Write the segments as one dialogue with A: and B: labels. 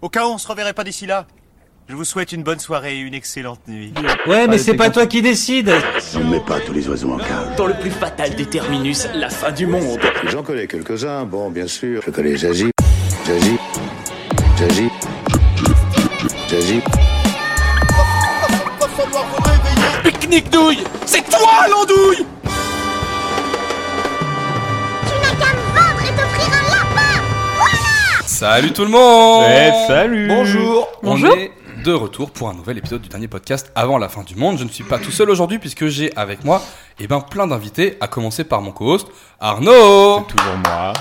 A: Au cas où on se reverrait pas d'ici là. Je vous souhaite une bonne soirée et une excellente nuit.
B: Ouais, mais
C: Allez,
B: c'est
C: t'es
B: pas
C: content.
B: toi qui décide.
D: On ne met pas tous les oiseaux en cage.
E: Dans le plus fatal des terminus, la fin du monde.
D: J'en connais quelques-uns, bon, bien sûr. Je connais Zazie, Zazie, Zazie, Zazie.
E: Pique-nique douille C'est toi l'andouille
F: Salut tout le monde
C: Eh, salut
F: Bonjour On
G: Bonjour.
F: est de retour pour un nouvel épisode du dernier podcast avant la fin du monde. Je ne suis pas tout seul aujourd'hui puisque j'ai avec moi eh ben, plein d'invités, à commencer par mon co-host Arnaud
C: Toujours moi,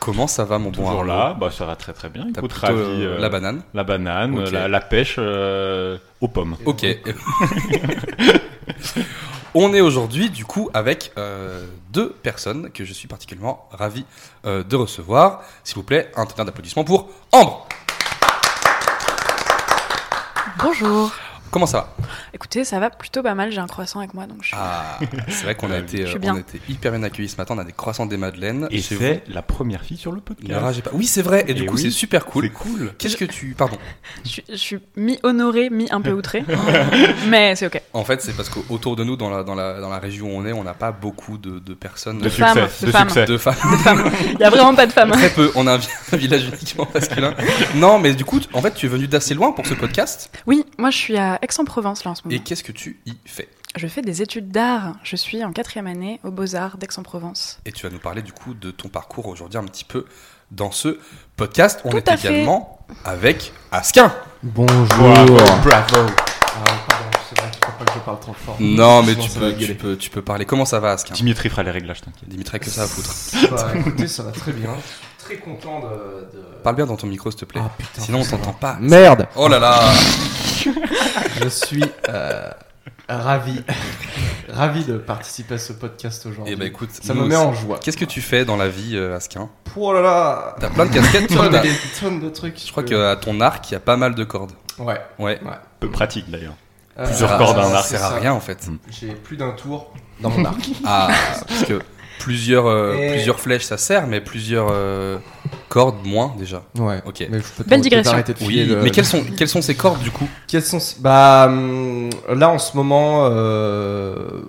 F: Comment ça va mon bon
C: toujours
F: Arnaud
C: là, bah ça va très très bien.
F: T'as
C: Écoute,
F: plutôt,
C: ravi,
F: euh,
C: euh,
F: la banane
C: la banane,
F: Ok.
C: la, la pêche euh, aux pommes.
F: Ok. On est aujourd'hui du coup avec euh, deux personnes que je suis particulièrement ravi euh, de recevoir. S'il vous plaît, un tonnerre d'applaudissements pour Ambre
G: Bonjour.
F: Comment ça va
G: Écoutez, ça va plutôt pas mal. J'ai un croissant avec moi, donc je suis.
F: Ah, c'est vrai qu'on a,
C: Ouais,
F: été,
G: je suis
F: euh,
G: bien.
F: on a été hyper bien accueillis ce matin. On a des croissants des madeleines.
C: Et
F: Chez
C: c'est la première fille sur le
F: vous,
C: podcast.
F: ne ragez pas. Oui, c'est vrai. Et du
C: Et
F: coup,
C: oui,
F: c'est super cool.
C: C'est cool.
F: Qu'est-ce que tu. Pardon.
G: Je, suis- je suis mi honorée, mi un peu outrée, mais c'est ok.
F: En fait, c'est parce qu'autour de nous, dans la, dans, la, dans la région où on est, on n'a pas beaucoup de, de personnes.
C: De
F: euh,
C: succès,
G: femmes,
C: de
G: de femmes.
C: succès.
F: de femmes.
G: Il y a vraiment pas de femme.
F: Très peu. On a un vi- un village uniquement masculin. Non, mais du coup, t- en fait, tu es venu d'assez loin pour ce podcast.
G: Oui, moi je suis à Aix-en-Provence là en ce moment.
F: Et qu'est-ce que tu y fais
G: Je fais des études d'art. Je suis en quatrième année aux Beaux Arts d'Aix-en-Provence.
F: Et tu vas nous parler du coup de ton parcours aujourd'hui un petit peu dans ce podcast. On
G: Tout
F: est
G: à fait.
F: également avec Askin.
C: Bravo,
H: Bonjour.
C: bravo.
H: Ah, pardon, c'est vrai qu'il faut pas que je parle trop fort.
F: Non, mais
H: Sinon,
F: tu
H: ça va
F: peux, tu,
H: gueuler.
F: peux, tu peux parler. Comment ça va, Askin
C: Dimitri fera les réglages, t'inquiète.
F: Dimitri, que ça à foutre.
H: Bah, écoutez, ça va très bien. Très content de. de-
F: Parle bien dans ton micro, s'il te plaît.
H: Ah, putain,
F: Sinon, on
H: forcément.
F: t'entend pas.
H: Merde
F: Oh là là
H: Je suis euh, ravi. ravi de participer à ce podcast aujourd'hui.
F: Eh ben écoute,
H: ça
F: nous
H: me met
F: aussi.
H: en joie.
F: Qu'est-ce que tu fais dans la vie, euh, Askin
H: Oh là là
F: T'as plein de casquettes, toi,
H: Putain,
F: t'as-
H: mais des tonnes de trucs.
F: Je crois euh, qu'à ton arc, il y a pas mal de cordes.
H: Ouais.
F: Ouais.
C: Peu pratique d'ailleurs.
H: Euh,
C: Plusieurs
F: Ça-
C: cordes à un
H: c'est
C: arc.
F: Ça sert
H: ça. Mm.
F: à rien, en fait.
H: J'ai plus d'un tour dans mon arc.
F: Ah, parce que plusieurs, euh,
H: Et-
F: plusieurs flèches, ça sert, mais plusieurs euh, cordes, moins, déjà.
H: Ouais.
F: Ok.
H: Mais je peux
G: Belle
H: t'arrêter
G: digression.
H: d'arrêter de
F: Oui,
H: filer le-
F: mais quelles sont, quelles sont ces cordes, du coup
H: Quels sont bah hum, là en ce moment euh...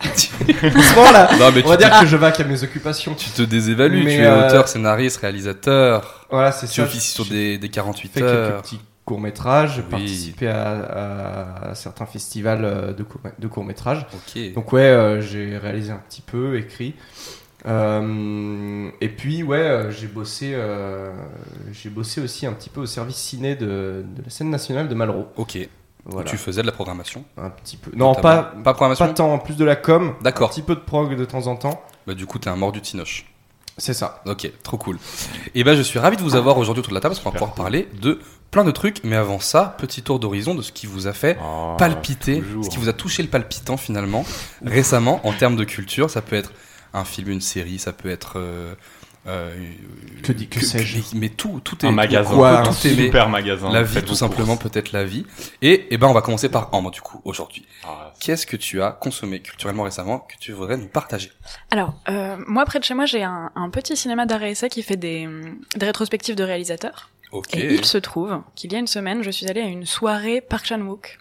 H: en ce moment là
F: Non, mais
H: on va
F: tu,
H: dire ah, que je vaque à mes occupations
F: tu te désévalues.
H: Mais,
F: tu es
H: euh,
F: auteur, scénariste, réalisateur.
H: voilà c'est
F: Tu
H: ça
F: officies sur des, des 48
H: fait quelques
F: heures.
H: petits courts métrages j'ai
F: Oui.
H: participé à, à certains festivals euh, de, courts- de courts métrages
F: Ok.
H: donc ouais euh, j'ai réalisé un petit peu écrit Euh, et puis ouais euh, j'ai bossé euh, j'ai bossé aussi un petit peu au service ciné de, de la scène nationale de Malraux
F: Ok.
H: voilà
F: Tu faisais de la programmation
H: un petit peu non
F: notamment.
H: pas
F: Pas programmation
H: pas tant plus de la com
F: D'accord.
H: un petit peu de prog de temps en temps
F: Bah, du coup, t'es un mort du tinoche.
H: C'est ça.
F: Ok, trop cool. Et ben, je suis ravi de vous avoir aujourd'hui autour de la table parce qu'on va pouvoir parler de plein de trucs. Mais avant ça, petit tour d'horizon de ce qui vous a fait
C: Oh,
F: palpiter,
C: toujours.
F: ce qui vous a touché le palpitant finalement récemment en termes de culture. Ça peut être un film, une série, ça peut être. euh, euh,
H: Que dis- que sais-je
F: mais- Mais tout, tout est
C: Un magasin,
F: on peut
H: Quoi,
F: tout
H: un
F: aimer.
C: super magasin.
F: La vie,
C: Faites
F: tout
C: vos
F: simplement, peut-être la vie. Et, eh ben, on va commencer par Ambre, du coup, aujourd'hui.
C: courses. Ah,
F: Qu'est-ce que tu as consommé culturellement récemment que tu voudrais nous partager
G: Alors, euh, moi près de chez moi, j'ai un, un petit cinéma d'art et essai qui fait des, des rétrospectives de réalisateurs.
F: Ok.
G: Et il se trouve qu'il y a une semaine, je suis allée à une soirée Park Chan Wook.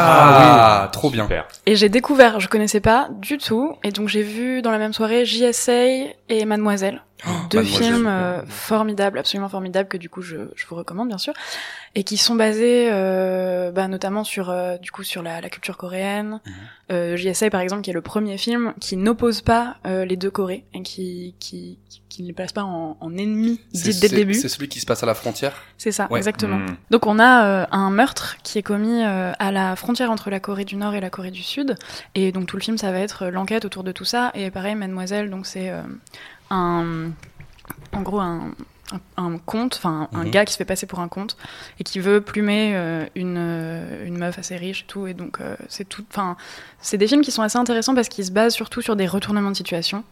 F: Ah,
C: oui.
F: trop bien.
C: Super.
G: Et j'ai découvert, je connaissais pas du tout, et donc j'ai vu dans la même soirée JSA et Mademoiselle. Deux
F: Oh, Mademoiselle.
G: films euh, formidables, absolument formidables, que du coup je, je vous recommande bien sûr, et qui sont basés euh, bah, notamment sur euh, du coup sur la, la culture coréenne.
F: Mhm.
G: Euh, JSA par exemple, qui est le premier film qui n'oppose pas euh, les deux Corées et qui qui, qui ne les place pas en, en ennemis
F: C'est-
G: dès, dès
F: c'est-
G: le début.
F: C'est celui qui se passe à la frontière.
G: C'est ça,
F: Ouais. Mhm.
G: exactement.
C: Mm.
G: Donc on a euh, un meurtre qui est commis euh, à la frontière entre la Corée du Nord et la Corée du Sud, et donc tout le film ça va être euh, l'enquête autour de tout ça. Et pareil, Mademoiselle, donc c'est euh, un, en gros un, un, un conte, enfin un
F: Mhm.
G: gars qui se fait passer pour un conte et qui veut plumer euh, une euh, une meuf assez riche et tout. Et donc euh, c'est tout, enfin c'est des films qui sont assez intéressants parce qu'ils se basent surtout sur des retournements de situation.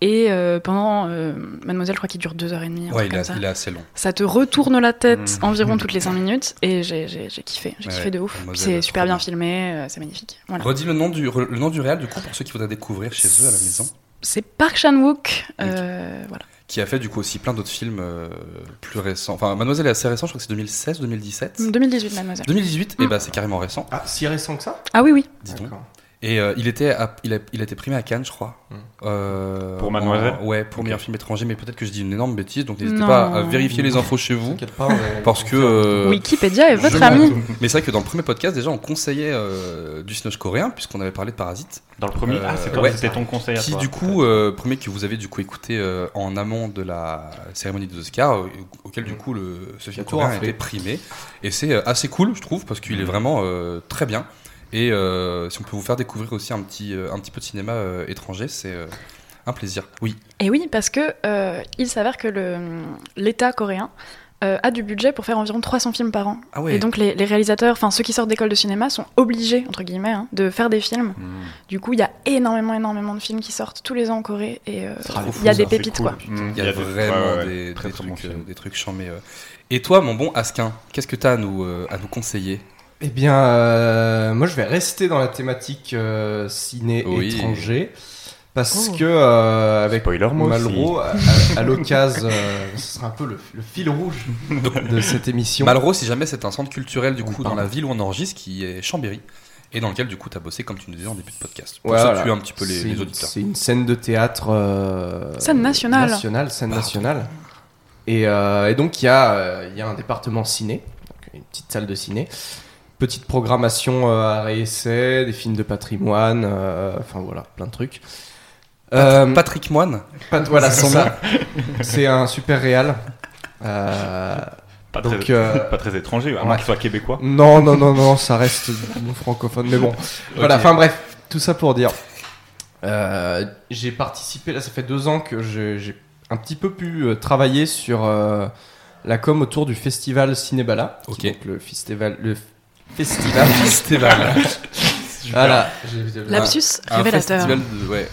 G: Et euh, pendant euh, Mademoiselle, je crois qu'il dure deux heures et demie. un
F: Ouais, il,
G: truc comme
F: a-
G: ça.
F: il est assez long.
G: Ça te retourne la tête
C: Mhm.
G: environ toutes les 5 minutes et j'ai j'ai- j'ai kiffé, j'ai
F: Mm. Ouais,
G: kiffé de ouf.
F: Mademoiselle,
G: Puis C'est
F: trop
G: super bien
F: bien.
G: filmé, euh, c'est magnifique. Voilà.
F: Redis le nom du re- le nom du réal du coup pour ceux qui voudraient découvrir chez eux à la maison.
G: c'est Park Chan-wook. euh, voilà.
F: qui a fait du coup aussi plein d'autres films euh, plus récents. Enfin, Mademoiselle est assez récent, je crois que c'est 2016, 2017.
G: 2018, mademoiselle.
F: 2018,
G: Mm.
F: et bah c'est carrément récent,
H: Ah, si récent que ça
G: Ah oui, oui.
F: dis donc.
H: D'accord.
F: Et euh, il, était à- il, a, il a été primé à Cannes, je crois.
H: Mm.
F: Euh,
C: Pour Mademoiselle
F: en- Ouais, pour meilleur film étranger, mais peut-être que je dis une énorme bêtise, donc n'hésitez
G: Non.
F: pas à vérifier les infos chez vous.
H: T'inquiète pas, on est-
F: Parce que. euh,
G: Wikipédia est
F: je
G: votre
F: m'en
G: ami.
F: fous. Mais c'est vrai que dans le premier podcast, déjà, on conseillait euh, du cinéma coréen, puisqu'on avait parlé de Parasite.
C: Dans le premier.
F: Euh,
C: ah, c'est toi,
F: ouais.
C: c'était ton conseil à
F: Qui,
C: toi.
F: du coup, euh, premier que vous avez du coup écouté euh, en amont de la cérémonie des Oscars, euh, auquel
C: Mm.
F: du coup le, ce film
H: Qui a tout
F: coréen a
H: raflé.
F: été primé. Et c'est euh, assez cool, je trouve, parce
C: Mm.
F: qu'il est vraiment euh, très bien. Et euh, si on peut vous faire découvrir aussi un petit, euh, un petit peu de cinéma euh, étranger, c'est euh, un plaisir. Oui.
G: Et oui, parce que euh, il s'avère que le- mm, l'État coréen euh, a du budget pour faire environ 300 films par an.
F: Ah ouais.
G: Et donc les, les réalisateurs, enfin ceux qui sortent d'école de cinéma, sont obligés, entre guillemets, hein, de faire des films.
C: Hmm.
G: Du coup, il y a énormément, énormément de films qui sortent tous les ans en Corée. Et euh,
F: C'est Ah, trop
G: il y a
F: fou,
G: des
F: ça,
G: pépites,
C: C'est cool.
G: quoi.
C: Hmm.
F: il y a,
C: des-
F: vraiment
C: ouais, ouais,
F: des,
C: très,
F: des
C: très bons
F: trucs, euh,
C: films.
F: des trucs charmés. euh. Et toi, mon bon Asquin, qu'est-ce que tu as à nous, euh, à nous conseiller
H: Eh bien, euh, moi je vais rester dans la thématique euh, ciné
F: Oui.
H: étranger parce
G: Oh.
H: que euh, avec
C: Spoiler, moi aussi.
H: Malraux, à, à l'occasion, euh, ce sera un peu le, le fil rouge de cette émission.
F: Malraux, si jamais c'est un centre culturel du
H: Oui,
F: coup dans
H: pardon.
F: la ville où on enregistre, qui est Chambéry, et dans lequel du coup tu as bossé comme tu nous disais en début de podcast. Pour
H: Ouais,
F: ça,
H: voilà.
F: tu es un petit peu les,
H: C'est
F: les
H: une-
F: auditeurs.
H: C'est une scène de théâtre. euh,
G: Scène nationale.
H: Nationale, scène
F: Pardon.
H: nationale. Et, euh, et donc, il y, a, euh, il y a un département ciné, donc une petite salle de ciné. Petite programmation euh, à réessai, des films de patrimoine, euh, enfin voilà, plein de trucs. Euh,
F: Patrick Moine,
H: pat- voilà,
F: c'est
H: c'est
F: son
H: ça. C'est un super réal. Euh,
C: Pas
H: Donc,
C: très-
H: euh,
C: pas très étranger, à
H: ouais.
C: moins qu'il soit québécois.
H: non, non, non, non, ça reste francophone, mais bon. Voilà,
F: Ok.
H: enfin bref, tout ça pour dire. euh, j'ai participé, là ça fait deux ans que je- j'ai un petit peu pu euh, travailler sur euh, la com autour du festival Cinébala. qui
F: Ok.
H: est donc le festival. Le f- festival.
F: Stéval,
H: voilà. j'ai- j'ai-
G: Lapsus
F: Ah, un
G: révélateur.
F: festival de, ouais,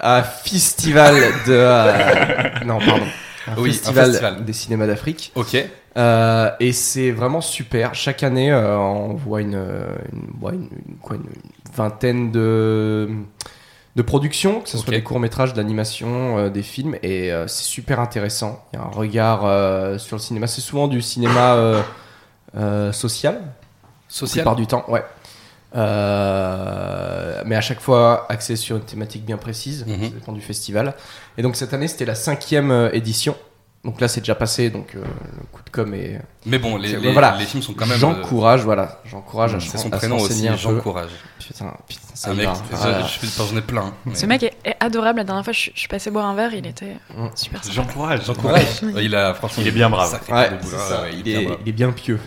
H: Un festival de. euh, non, pardon. Un
F: Oui, un
H: festival,
F: festival.
H: des cinémas d'Afrique.
F: ok,
H: Euh, et c'est vraiment super. Chaque année, euh, on voit une, euh, une- ouais, une- une- quoi, une- une vingtaine de, de productions, que ce soit
F: Ok.
H: des courts-métrages, d'animation, euh, des films, et euh, c'est super intéressant. Il y a un regard euh, sur le cinéma. C'est souvent du cinéma euh, euh, social, la
F: social.
H: plupart du temps, ouais. Euh, mais à chaque fois axé sur une thématique bien précise,
F: Mhm.
H: ça dépend du festival. Et donc cette année, c'était la cinquième euh, édition. Donc là, c'est déjà passé, donc euh, le coup de com est.
F: Mais bon, les,
H: C'est-
F: les-
H: voilà.
F: les films sont quand même. euh,
H: J'encourage, voilà, j'encourage à
F: c'est son
H: à
F: prénom
H: s'enseigner
F: aussi,
H: un peu.
F: j'encourage.
H: Putain, putain, ça
F: Un
H: y
F: mec,
H: va.
F: je-
H: Voilà.
F: je- je- j'en ai plein. mais-
G: Ce mec est, est adorable. La dernière fois, je, suis- je suis passée boire un verre, il était
H: Mm.
G: super sympa.
C: J'encourage.
F: J'encourage. Ouais, Il a franchement,
C: Il est bien brave.
F: sacré
H: Ouais,
F: cœur de boulot,
H: c'est ça,
F: ouais,
H: il,
F: est bien
H: est,
F: brave.
H: il est bien pieux.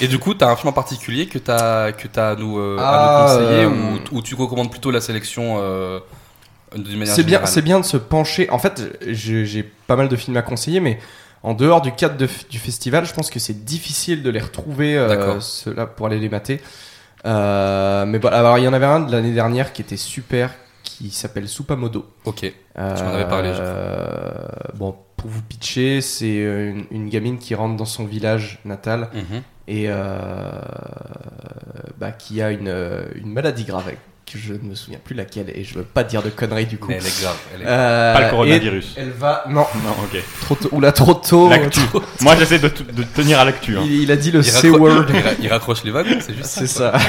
F: Et du coup, t'as un film en particulier que t'as que t'as à nous euh,
H: Ah,
F: à nous conseiller
H: euh,
F: ou, ou tu recommandes plutôt la sélection euh, d'une manière
H: C'est bien,
F: générale
H: c'est bien de se pencher. En fait, j'ai j'ai pas mal de films à conseiller, mais en dehors du cadre de- du festival, je pense que c'est difficile de les retrouver euh,
F: D'accord.
H: ceux-là pour aller les mater. Euh, mais bon, alors il y en avait un de l'année dernière qui était super, qui s'appelle Supamodo.
F: Ok.
H: Euh,
F: m'en avais parlé, je
H: euh, bon, pour vous pitcher, c'est euh, une, une gamine qui rentre dans son village natal
F: Mhm.
H: et euh, bah, qui a une, euh, une maladie grave. Que je ne me souviens plus laquelle et je veux pas dire de conneries du coup.
F: Mais elle est grave. Elle est...
H: Euh,
C: Pas le
H: et
C: coronavirus.
H: Elle va. Non,
C: Non, ok.
H: trop tôt. Oula, trop tôt.
C: L'actu.
H: Trop-
C: Moi, j'essaie de, t- de tenir à l'actu. hein.
H: Il, il a dit le
F: il, raccro-
H: C-word.
F: il ra- il raccroche les wagons, c'est juste
H: C'est
F: ça.
H: ça.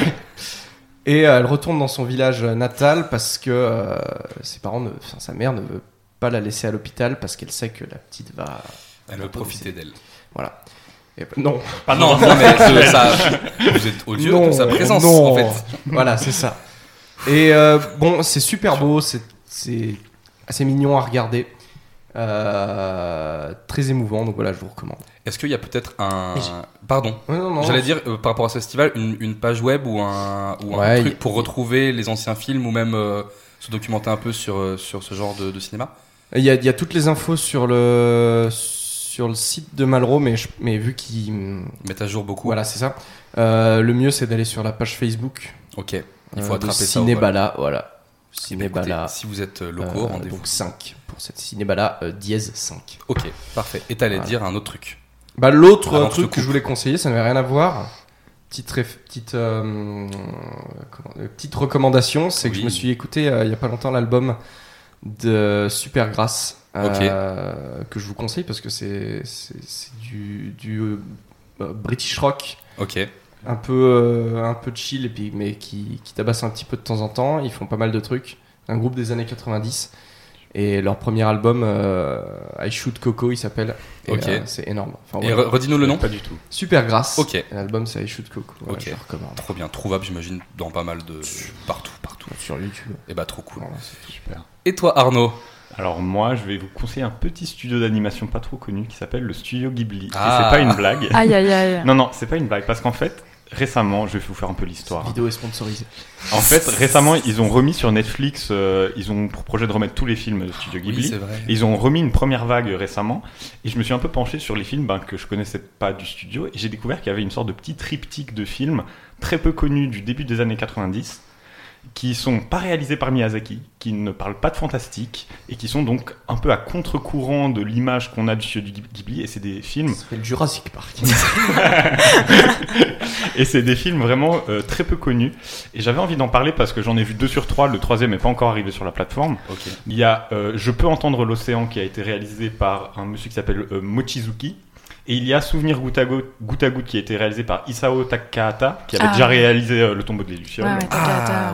H: Et euh, elle retourne dans son village natal parce que euh, ses parents, ne, enfin, sa mère ne veut pas la laisser à l'hôpital parce qu'elle sait que la petite va.
F: Elle veut profiter d'elle.
H: Voilà. Et- non,
C: Pas
F: Ah non,
C: dans
F: non,
C: un-
F: mais ce- ça, vous êtes odieux
H: non,
F: de sa présence
H: non.
F: en fait.
H: Voilà, c'est ça. Et euh, bon, c'est super beau, c'est- c'est assez mignon à regarder. Euh, très émouvant, donc voilà, je vous recommande.
F: Est-ce qu'il y a peut-être un.
H: Mais
F: Pardon.
H: Ouais, non, non,
F: J'allais dire euh, par rapport à ce festival, une, une page web ou un, ou un
H: Ouais,
F: truc
H: y-
F: pour retrouver les anciens films ou même euh, se documenter un peu sur, euh, sur ce genre de, de cinéma
H: Il y, a, il y a toutes les infos sur le sur le site de Malraux, mais, je- mais vu qu'il
F: Mettre à jour beaucoup.
H: voilà c'est ça. Euh, le mieux c'est d'aller sur la page Facebook.
F: Ok. Il
H: euh,
F: faut
H: de
F: attraper ça. au vol. Bah,
H: Cinébala, voilà.
F: Écoutez,
H: Cinébala.
F: si vous êtes euh,
H: Eh ben euh,
F: locaux, rendez-vous.
H: donc 5 pour cette Cinébala euh, dièse 5.
F: Ok, parfait. Et t'allais
H: Voilà.
F: dire un autre truc.
H: Bah, L'autre
F: Avant
H: euh,
F: que je te
H: truc que
F: coupe.
H: je voulais conseiller, ça n'avait rien à voir. petite, réf- petite, euh, comment- euh, petite recommandation, c'est que
F: Oui.
H: je me suis écouté euh, il y a pas longtemps l'album de Supergrass euh, que je vous conseille parce que c'est c'est c'est du, du euh, British rock
F: Ok.
H: un peu euh, un peu chill et puis mais qui, qui tabasse un petit peu de temps en temps ils font pas mal de trucs un groupe des années 90 et leur premier album euh, I Shoot Coco il s'appelle Et,
F: Ok.
H: euh, c'est énorme enfin,
F: Et re- redis-nous le nom.
C: Pas du tout.
H: super grasse
F: Ok.
H: l'album c'est I Shoot Coco Voilà,
F: Ok.
H: je le recommande
F: Trop bien, trouvable j'imagine dans pas mal de... Partout, partout.
H: sur YouTube
F: Et bah trop cool.
H: Voilà, c'est-
C: Super.
F: Et toi Arnaud
C: Alors moi, je vais vous conseiller un petit studio d'animation pas trop connu qui s'appelle le Studio Ghibli.
F: Ah.
C: Et c'est pas une blague.
G: Aïe, aïe, aïe.
C: Non, non, c'est pas une blague. Parce qu'en fait, récemment, je vais vous faire un peu
H: Cette
C: l'histoire.
H: vidéo est sponsorisée
C: En fait, récemment, ils ont remis sur Netflix, euh, ils ont pour projet de remettre tous les films de Studio
F: Oui
C: Ghibli.
F: c'est vrai.
C: Et Ils ont remis une première vague récemment et je me suis un peu penché sur les films ben, que je connaissais pas du studio et j'ai découvert qu'il y avait une sorte de petit triptyque de films très peu connus du début des années 90 qui sont pas réalisés par Miyazaki, qui ne parlent pas de fantastique et qui sont donc un peu à contre-courant de l'image qu'on a du studio du Ghibli et c'est des films
F: Hmm.
H: ça s'appelle Jurassic Park
C: et c'est des films vraiment euh, très peu connus et j'avais envie d'en parler parce que j'en ai vu deux sur trois, le troisième n'est pas encore arrivé sur la plateforme.
F: Ok.
C: Il y a euh, Je peux entendre l'océan qui a été réalisé par un monsieur qui s'appelle euh, Mochizuki. Et il y a Souvenir goutte à goutte, Goutte à goutte qui a été réalisé par Isao Takahata, qui avait
G: Ah.
C: déjà réalisé euh, Le tombeau des Lucioles.
G: Ouais, ouais, t'as- t'as-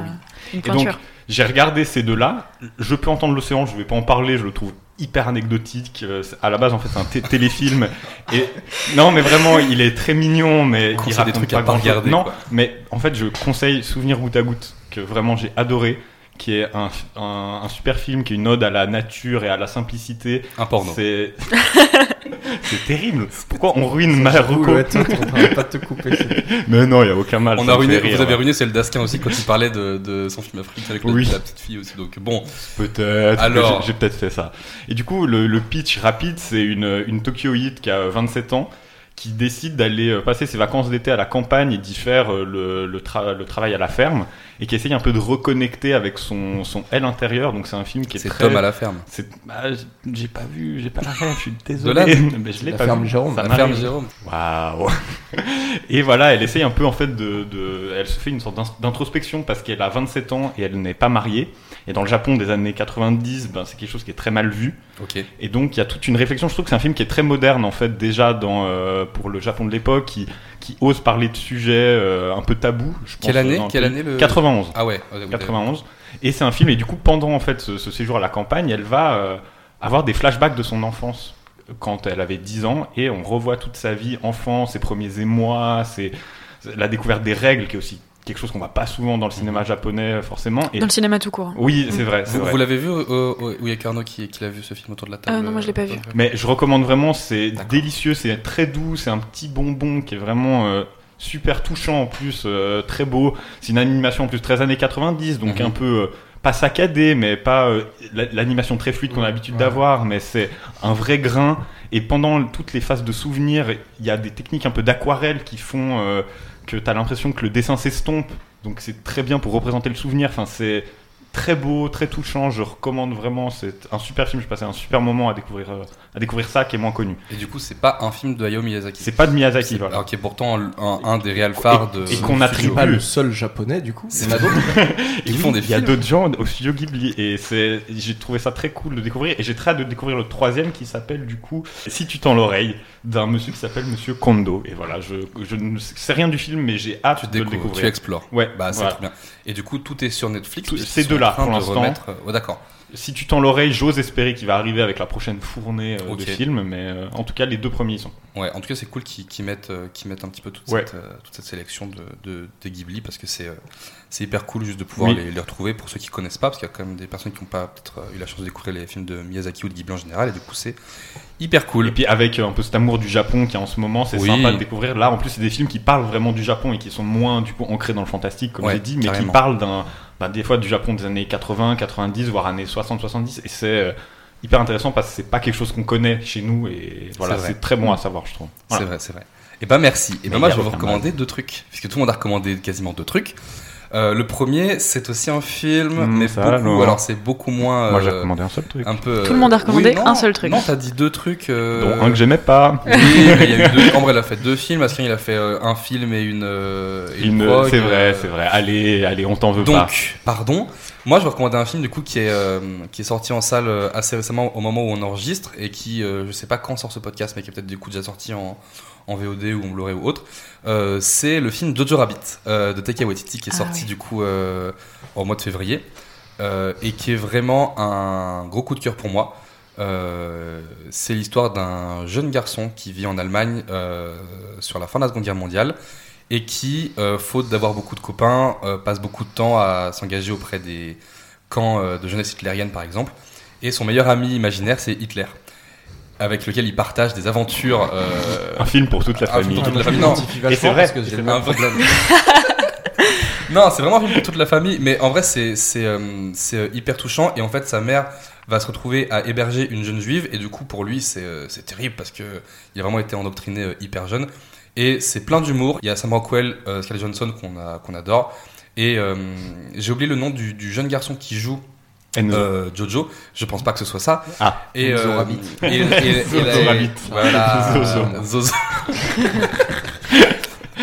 G: Une
C: Et donc,
G: pointure.
C: j'ai regardé ces deux-là. Je peux entendre l'océan, je vais pas en parler, je le trouve hyper anecdotique. Euh, c'est- À la base, en fait, c'est un té- téléfilm. Et non, mais vraiment, il est très mignon,
F: Conseille
C: mais il
F: des
C: raconte
F: trucs à
C: pas
F: pas
C: grand-chose.
F: regarder,
C: Non,
F: quoi.
C: mais en fait, je conseille Souvenir goutte à goutte, que vraiment j'ai adoré, qui est un, un- un super film, qui est une ode à la nature et à la simplicité.
F: Un porno.
C: C'est c'est terrible. Pourquoi on ruine ma
H: Ouh,
C: reco
H: ouais, attends, attends, on va pas te couper c'est-
C: Mais non, il y a aucun mal.
F: On
C: ça
F: a
C: me
F: ruiné,
C: fait rire.
F: vous avez ruiné celle d'Asquin aussi quand il parlait de, de son film Afrique avec la-
C: Oui.
F: la, petite fille aussi. Donc bon,
C: Peut-être.
F: Alors.
C: Alors, j'ai peut-être fait ça. Et du coup, le, le pitch rapide, c'est une, une Tokyoïde qui a euh, 27 ans qui décide d'aller euh, passer ses vacances d'été à la campagne et d'y faire euh, le, le, tra- le travail à la ferme et qui essaye un peu de reconnecter avec son, son elle intérieur. Donc c'est un film qui est
F: c'est
C: très...
F: Tom à la ferme.
C: C'est- bah, j- j'ai pas vu, j'ai pas la ref, je suis
F: De là,
C: désolé. mais je l'ai
H: la
C: pas
H: ferme
C: vu.
H: Jérôme,
C: Ça
F: la ferme
C: m'arrive.
F: Jérôme.
C: Waouh Et voilà, elle essaye un peu en fait de, de- Elle se fait une sorte d'in- d'introspection parce qu'elle a 27 ans et elle n'est pas mariée. Et dans le Japon des années 90, ben, c'est quelque chose qui est très mal vu.
F: Ok.
C: Et donc il y a toute une réflexion. Je trouve que c'est un film qui est très moderne en fait déjà dans, euh, pour le Japon de l'époque, qui, qui ose parler de sujets euh, un peu tabous. Je pense,
F: Quelle année
C: dans le
F: Quelle
C: pays.
F: année le
C: 91.
F: Ah ouais. ouais, ouais.
C: 91. Et c'est un film, et du coup, pendant en fait ce, ce séjour à la campagne, elle va euh, avoir des flashbacks de son enfance quand elle avait 10 ans, et on revoit toute sa vie enfant, ses premiers émois, ses, la découverte des règles, qui est aussi quelque chose qu'on va pas souvent dans le cinéma japonais euh, forcément. Et
G: Dans le cinéma tout court. hein.
C: oui, c'est vrai, c'est
F: Vous,
C: vrai.
F: vous l'avez vu euh, euh, Où il y a Carnot qui, qui l'a vu ce film autour de la table
G: Euh, non, moi, je l'ai pas vu.
C: Mais je recommande vraiment, c'est délicieux, c'est très doux, c'est un petit bonbon qui est vraiment euh, super touchant en plus, euh, très beau. C'est une animation en plus 13 années 90, donc
F: Mhm.
C: un peu euh, pas saccadé, mais pas euh, la- l'animation très fluide qu'on a l'habitude
H: Ouais.
C: d'avoir, mais c'est un vrai grain. Et pendant toutes les phases de souvenirs, il y a des techniques un peu d'aquarelle qui font euh, que tu as l'impression que le dessin s'estompe. Donc c'est très bien pour représenter le souvenir. Enfin, c'est très beau, très touchant. Je recommande vraiment. C'est un super film. Je passais un super moment à découvrir, euh, à découvrir ça qui est moins connu.
F: Et du coup, c'est pas un film de Hayao Miyazaki.
C: C'est pas de Miyazaki.
F: C'est-
C: Voilà.
F: Alors qui est pourtant un, un des réels phares de.
C: et qu'on attribue.
H: c'est pas le seul japonais du coup
F: C'est
H: Il y en a d'autres.
F: Ils
C: Oui,
F: font des
C: Il y a
F: films.
C: d'autres gens au studio Ghibli et c'est, j'ai trouvé ça très cool de découvrir et j'ai très hâte de découvrir le troisième qui s'appelle du coup Si tu tends l'oreille d'un monsieur qui s'appelle Monsieur Kondo et voilà je, je ne sais rien du film mais j'ai hâte
F: Tu
C: de le
F: découvres, tu
C: découvrir.
F: explores.
C: Ouais,
F: Bah, c'est
C: voilà.
F: trop bien. Et du coup, tout est sur Netflix.
C: Tout-
F: puisqu'ils
C: ces
F: sont
C: deux-là,
F: en train
C: pour
F: de
C: l'instant.
F: remettre- Oh, d'accord.
C: Si tu tends l'oreille, j'ose espérer qu'il va arriver avec la prochaine fournée euh,
F: Ok.
C: de films mais euh, en tout cas les deux premiers y sont.
F: Ouais, en tout cas, c'est cool qu'ils qu'ils mettent, euh, qu'ils mettent un petit peu toute,
C: Ouais.
F: cette, euh, toute cette sélection de, de, de Ghibli parce que c'est euh, c'est hyper cool juste de pouvoir
C: Oui.
F: les, les retrouver pour ceux qui connaissent pas parce qu'il y a quand même des personnes qui n'ont pas peut-être euh, eu la chance de découvrir les films de Miyazaki ou de Ghibli en général et du coup, c'est hyper
C: Et
F: cool.
C: puis avec euh, un peu cet amour du Japon qui a en ce moment, c'est
F: Oui.
C: sympa de découvrir. Là, en plus, c'est des films qui parlent vraiment du Japon et qui sont moins du coup ancrés dans le fantastique, comme
F: Ouais,
C: j'ai dit, mais
F: carrément.
C: qui parlent d'un, bah, des fois du Japon des années 80, 90, voire années 60, 70. Et c'est euh, hyper intéressant parce que c'est pas quelque chose qu'on connaît chez nous et voilà,
F: C'est vrai. Mm.
C: c'est très bon à savoir, je trouve. Voilà.
F: C'est vrai, c'est vrai. Et ben merci. Et ben
C: Mais
F: moi,
C: y a
F: je vais vous
C: aucun
F: recommander deux trucs puisque tout le monde a recommandé quasiment deux trucs. Euh, le premier, c'est aussi un film,
C: Hmm,
F: mais
C: ça,
F: beaucoup.
C: alors.
F: alors, c'est beaucoup moins.
C: Moi, j'ai
F: euh,
C: recommandé un seul truc.
F: un peu.
G: Tout le monde a
F: euh,
G: recommandé
F: oui, non,
G: un seul truc.
F: Non, t'as dit deux trucs. euh,
C: Dont un que j'aimais pas.
F: oui, mais il y a eu deux. En vrai, il a fait deux films. Askin, il a fait euh, un film et une. euh, et
C: Une-
F: prog,
C: c'est
F: euh,
C: vrai, c'est vrai. Allez, allez, on t'en veut pas.
F: Donc, pardon. Moi, je vais recommander un film du coup qui est euh, qui est sorti en salle euh, assez récemment au moment où on enregistre et qui, euh, je sais pas quand sort ce podcast, mais qui est peut-être du coup déjà sorti en en VOD ou en Blu-ray ou autre. Euh, c'est le film Jojo Rabbit euh, de Taika Waititi qui est
G: Ah
F: sorti
G: oui.
F: du coup euh, en mois de février euh, et qui est vraiment un gros coup de cœur pour moi. Euh, c'est l'histoire d'un jeune garçon qui vit en Allemagne euh, sur la fin de la Seconde Guerre mondiale et qui, euh, faute d'avoir beaucoup de copains, euh, passe beaucoup de temps à s'engager auprès des camps euh, de jeunesse hitlérienne, par exemple. Et son meilleur ami imaginaire, c'est Hitler, avec lequel il partage des aventures. euh,
C: Un film pour toute la
F: Un film
C: famille.
F: pour toute la
H: Ah, Je
F: famille.
H: m'identifie
C: Et c'est
H: vachement
C: vrai,
H: parce que
C: c'est
H: j'ai le
C: vrai.
H: même
F: un vrai- non, c'est vraiment un film pour toute la famille, mais en vrai, c'est c'est, euh, c'est, euh, hyper touchant. Et en fait, sa mère va se retrouver à héberger une jeune juive, et du coup, pour lui, c'est euh, c'est terrible parce que il a vraiment été endoctriné euh, hyper jeune. Et c'est plein d'humour. Il y a Sam Rockwell, euh, Scarlett Johnson qu'on a- qu'on adore. Et euh, j'ai oublié le nom du, du jeune garçon qui joue
C: Enzo.
F: euh, Jojo. Je pense pas que ce soit ça.
C: Ah.
F: et,
H: Zozo
F: euh,
H: Rabbit.
F: et- et- et-
C: Zozo
F: et-
C: Rabbit.
F: Voilà.
C: Zozo.
F: Zozo.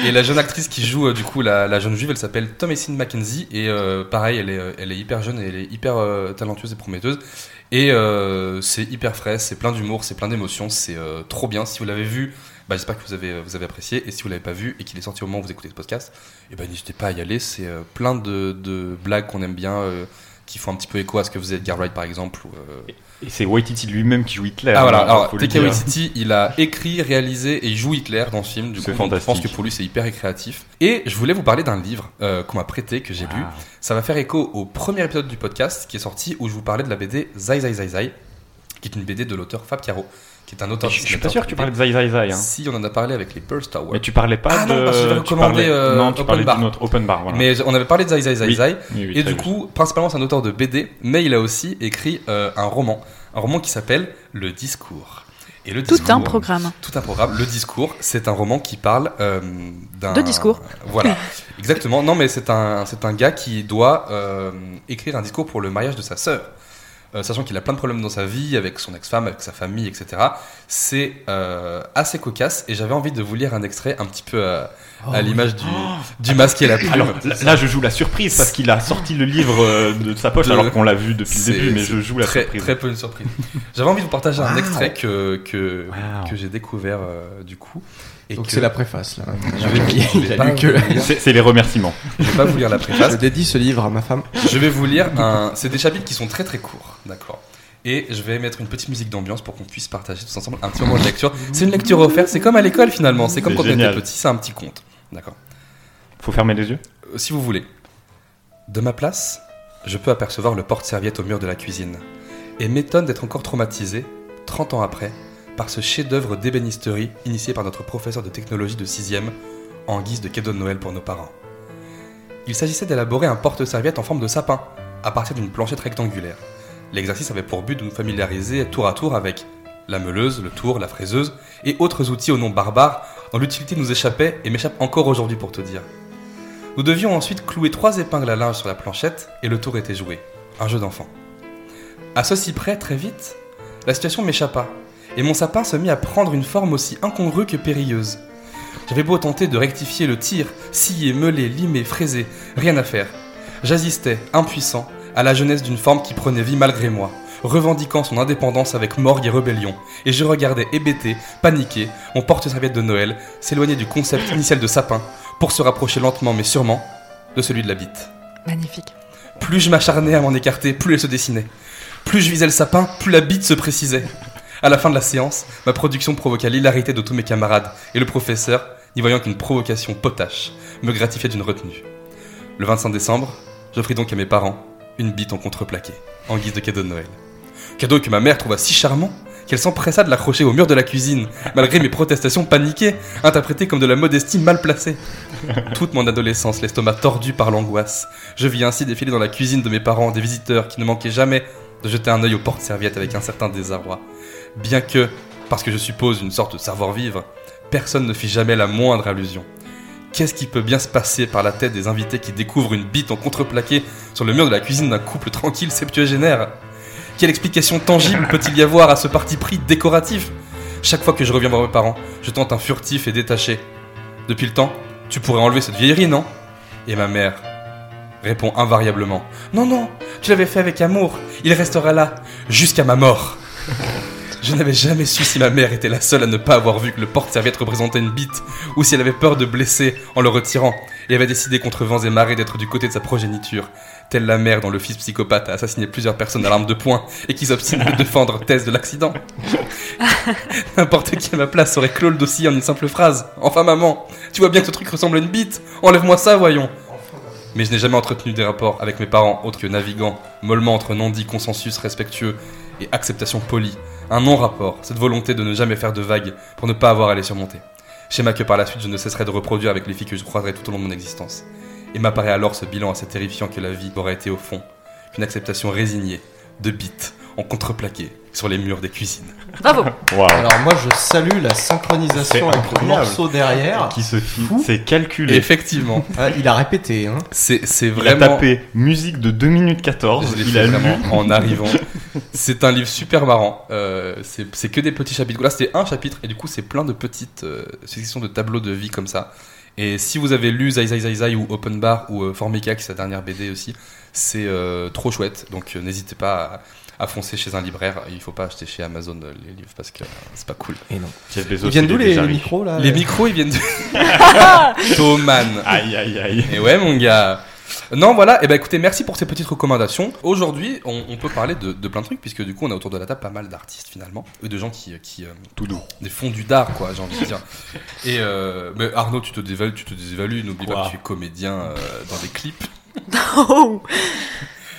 F: Et la jeune actrice qui joue euh, du coup la, la jeune juive, elle s'appelle Thomasine McKenzie et euh, pareil, elle est, euh, elle est hyper jeune et elle est hyper euh, talentueuse et prometteuse. Et euh, c'est hyper frais, c'est plein d'humour, c'est plein d'émotions, c'est euh, trop bien. Si vous l'avez vu, bah, j'espère que vous avez, vous avez apprécié. Et si vous l'avez pas vu et qu'il est sorti au moment où vous écoutez ce podcast, eh ben, n'hésitez pas à y aller. C'est euh, plein de, de blagues qu'on aime bien, euh, qui font un petit peu écho à ce que faisait Edgar Wright par exemple. ou, euh,
C: Et c'est Waititi lui-même qui joue Hitler.
F: ah voilà,
C: hein,
F: alors
C: faut le
F: Taika
C: dire.
F: Waititi, il a écrit, réalisé et il joue Hitler dans ce film. Du coup, donc,
C: C'est
F: je pense que
C: fantastique.
F: pour lui, c'est hyper créatif. Et je voulais vous parler d'un livre euh, qu'on m'a prêté, que j'ai lu.
C: Ah.
F: Ça va faire écho au premier épisode du podcast qui est sorti où je vous parlais de la BD Zai Zai Zai Zai, qui est une BD de l'auteur Fab Caro, qui est un auteur.
C: Je je suis
F: dessinateur
C: pas sûr que
F: de
C: tu
F: BD.
C: parlais de Zai Zai Zai. hein.
F: Si, on en a parlé avec les Pearl Tower.
C: Mais tu parlais pas
F: Ah
C: de.
F: non, parce que j'avais
C: tu
F: recommandé,
C: parlais-
F: euh,
C: non, tu
F: Open
C: parlais
F: Bar.
C: d'une autre open bar. Voilà.
F: Mais on avait parlé de Zai Zai Zai
C: Oui.
F: Zai.
C: Oui, oui,
F: Et
C: très
F: du
C: juste.
F: coup, principalement, c'est un auteur de BD, mais il a aussi écrit euh, un roman. Un roman qui s'appelle Le Discours. Et le
G: Tout
F: discours,
G: un programme.
F: Tout un programme. Le Discours, c'est un roman qui parle euh, d'un.
G: De discours.
F: Voilà, exactement. Non, mais c'est un, c'est un gars qui doit euh, écrire un discours pour le mariage de sa sœur. Euh, sachant qu'il a plein de problèmes dans sa vie, avec son ex-femme, avec sa famille, etc. C'est euh, assez cocasse et j'avais envie de vous lire un extrait un petit peu à, à l'image du, du masque et la plume.
C: Oh Alors là, là, je joue la surprise parce qu'il a sorti le livre euh, de sa poche
F: De-
C: alors qu'on l'a vu depuis le
F: C'est-
C: début, mais
F: c'est
C: je joue la
F: très,
C: surprise.
F: Très peu une surprise. J'avais envie de vous partager un
C: Wow.
F: extrait que, que,
C: Wow.
F: que j'ai découvert euh, du coup. Et
H: Donc
F: que
H: c'est la préface là.
F: je vais, je vais
H: Il a
F: pas
H: lu que-
F: vous lire-
C: C'est c'est les remerciements.
F: je vais pas vous lire la
H: Je
F: préface.
H: dédie ce livre à ma femme.
F: Je vais vous lire un. C'est des chapitres qui sont très très courts, d'accord et je vais mettre une petite musique d'ambiance pour qu'on puisse partager tous ensemble un petit moment de lecture. C'est une lecture offerte, c'est comme à l'école finalement, c'est comme
C: C'est
F: quand on
C: génial.
F: était petit, c'est un petit conte. D'accord
C: Faut fermer les yeux.
F: Euh, si vous voulez. De ma place, je peux apercevoir le porte-serviette au mur de la cuisine et m'étonne d'être encore traumatisé, 30 ans après, par ce chef-d'œuvre d'ébénisterie initié par notre professeur de technologie de 6ème en guise de cadeau de Noël pour nos parents. Il s'agissait d'élaborer un porte-serviette en forme de sapin à partir d'une planchette rectangulaire. L'exercice avait pour but de nous familiariser tour à tour avec la meuleuse, le tour, la fraiseuse et autres outils au nom barbare dont l'utilité nous échappait et m'échappe encore aujourd'hui pour te dire. Nous devions ensuite clouer trois épingles à linge sur la planchette et le tour était joué. Un jeu d'enfant. À ceci près, très vite, la situation m'échappa et mon sapin se mit à prendre une forme aussi incongrue que périlleuse. J'avais beau tenter de rectifier le tir, scier, meuler, limer, fraiser, rien à faire. J'assistais, impuissant, à la jeunesse d'une forme qui prenait vie malgré moi, revendiquant son indépendance avec morgue et rébellion, et je regardais hébété, paniqué, mon porte-serviette de Noël s'éloigner du concept initial de sapin pour se rapprocher lentement mais sûrement de celui de la bite.
G: Magnifique.
F: Plus je m'acharnais à m'en écarter, plus elle se dessinait. Plus je visais le sapin, plus la bite se précisait. À la fin de la séance, ma production provoqua l'hilarité de tous mes camarades, et le professeur, n'y voyant qu'une provocation potache, me gratifiait d'une retenue. Le 25 décembre, j'offris donc à mes parents une bite en contreplaqué, en guise de cadeau de Noël. Cadeau que ma mère trouva si charmant qu'elle s'empressa de l'accrocher au mur de la cuisine, malgré mes protestations paniquées, interprétées comme de la modestie mal placée. Toute mon adolescence, l'estomac tordu par l'angoisse, je vis ainsi défiler dans la cuisine de mes parents des visiteurs qui ne manquaient jamais de jeter un œil aux porte-serviettes avec un certain désarroi. Bien que, parce que je suppose une sorte de savoir-vivre, personne ne fit jamais la moindre allusion. Qu'est-ce qui peut bien se passer par la tête des invités qui découvrent une bite en contreplaqué sur le mur de la cuisine d'un couple tranquille septuagénaire Quelle explication tangible peut-il y avoir à ce parti pris décoratif Chaque fois que je reviens voir mes parents, je tente un furtif et détaché. Depuis le temps, tu pourrais enlever cette vieillerie, non Et ma mère répond invariablement Non, non, tu l'avais fait avec amour, il restera là jusqu'à ma mort. Je n'avais jamais su si ma mère était la seule à ne pas avoir vu que le porte-serviette représentait une bite, ou si elle avait peur de blesser en le retirant, et avait décidé contre vents et marées d'être du côté de sa progéniture, telle la mère dont le fils psychopathe a assassiné plusieurs personnes à l'arme de poing et qui s'obstine de défendre thèse de l'accident. N'importe qui à ma place aurait clos le dossier en une simple phrase. Enfin maman, tu vois bien que ce truc ressemble à une bite, enlève-moi ça voyons. Mais je n'ai jamais entretenu des rapports avec mes parents autres que naviguant, mollement entre non-dit consensus respectueux et acceptation polie. Un non-rapport, cette volonté de ne jamais faire de vagues pour ne pas avoir à les surmonter. Schéma que par la suite je ne cesserai de reproduire avec les filles que je croiserai tout au long de mon existence. Et m'apparaît alors ce bilan assez terrifiant que la vie aurait été au fond, qu'une acceptation résignée, de bites, en contreplaqué, sur les murs des cuisines.
G: Bravo
C: Waouh.
H: Alors moi je salue la synchronisation
C: C'est
H: avec le
C: incroyable.
H: morceau
F: Ah,
H: derrière.
C: Qui se fout C'est calculé.
F: Effectivement,
H: Ah, il a répété. Hein.
F: c'est c'est
C: Il a
F: vraiment...
C: tapé musique de 2 minutes 14.
F: Je l'ai
C: Oh, Il
F: fait
C: a lu.
F: vraiment en arrivant. C'est un livre super marrant. Euh, c'est c'est que des petits chapitres. Là, c'était un chapitre et du coup, c'est plein de petites euh, successions de tableaux de vie comme ça. Et si vous avez lu Zai Zai Zai Zai ou Open Bar ou euh, Formica, qui est sa dernière BD aussi, c'est euh, trop chouette. Donc, euh, n'hésitez pas à, à foncer chez un libraire. Il faut pas acheter chez Amazon euh, les livres parce que euh, c'est pas cool.
H: Et non.
C: Jeff Bezos,
H: Ils viennent
C: il
H: d'où
C: est
H: les,
C: déjà
H: les
C: riche.
H: micros là
F: Les micros, ils viennent de. Thoman.
C: Aïe aïe aïe.
F: Et Eh ouais, mon gars. Non, voilà. Et ben, écoutez, merci pour ces petites recommandations. Aujourd'hui, on, on peut parler de, de plein de trucs puisque du coup, on a autour de la table pas mal d'artistes finalement, et de gens qui, qui euh,
C: Tout doux.
F: des fondus d'art, quoi, j'ai envie de dire. Et euh, mais Arnaud, tu te dévalues, tu te dévalues. N'oublie pas
C: Quoi
F: que tu es comédien euh, dans des clips,
G: Oh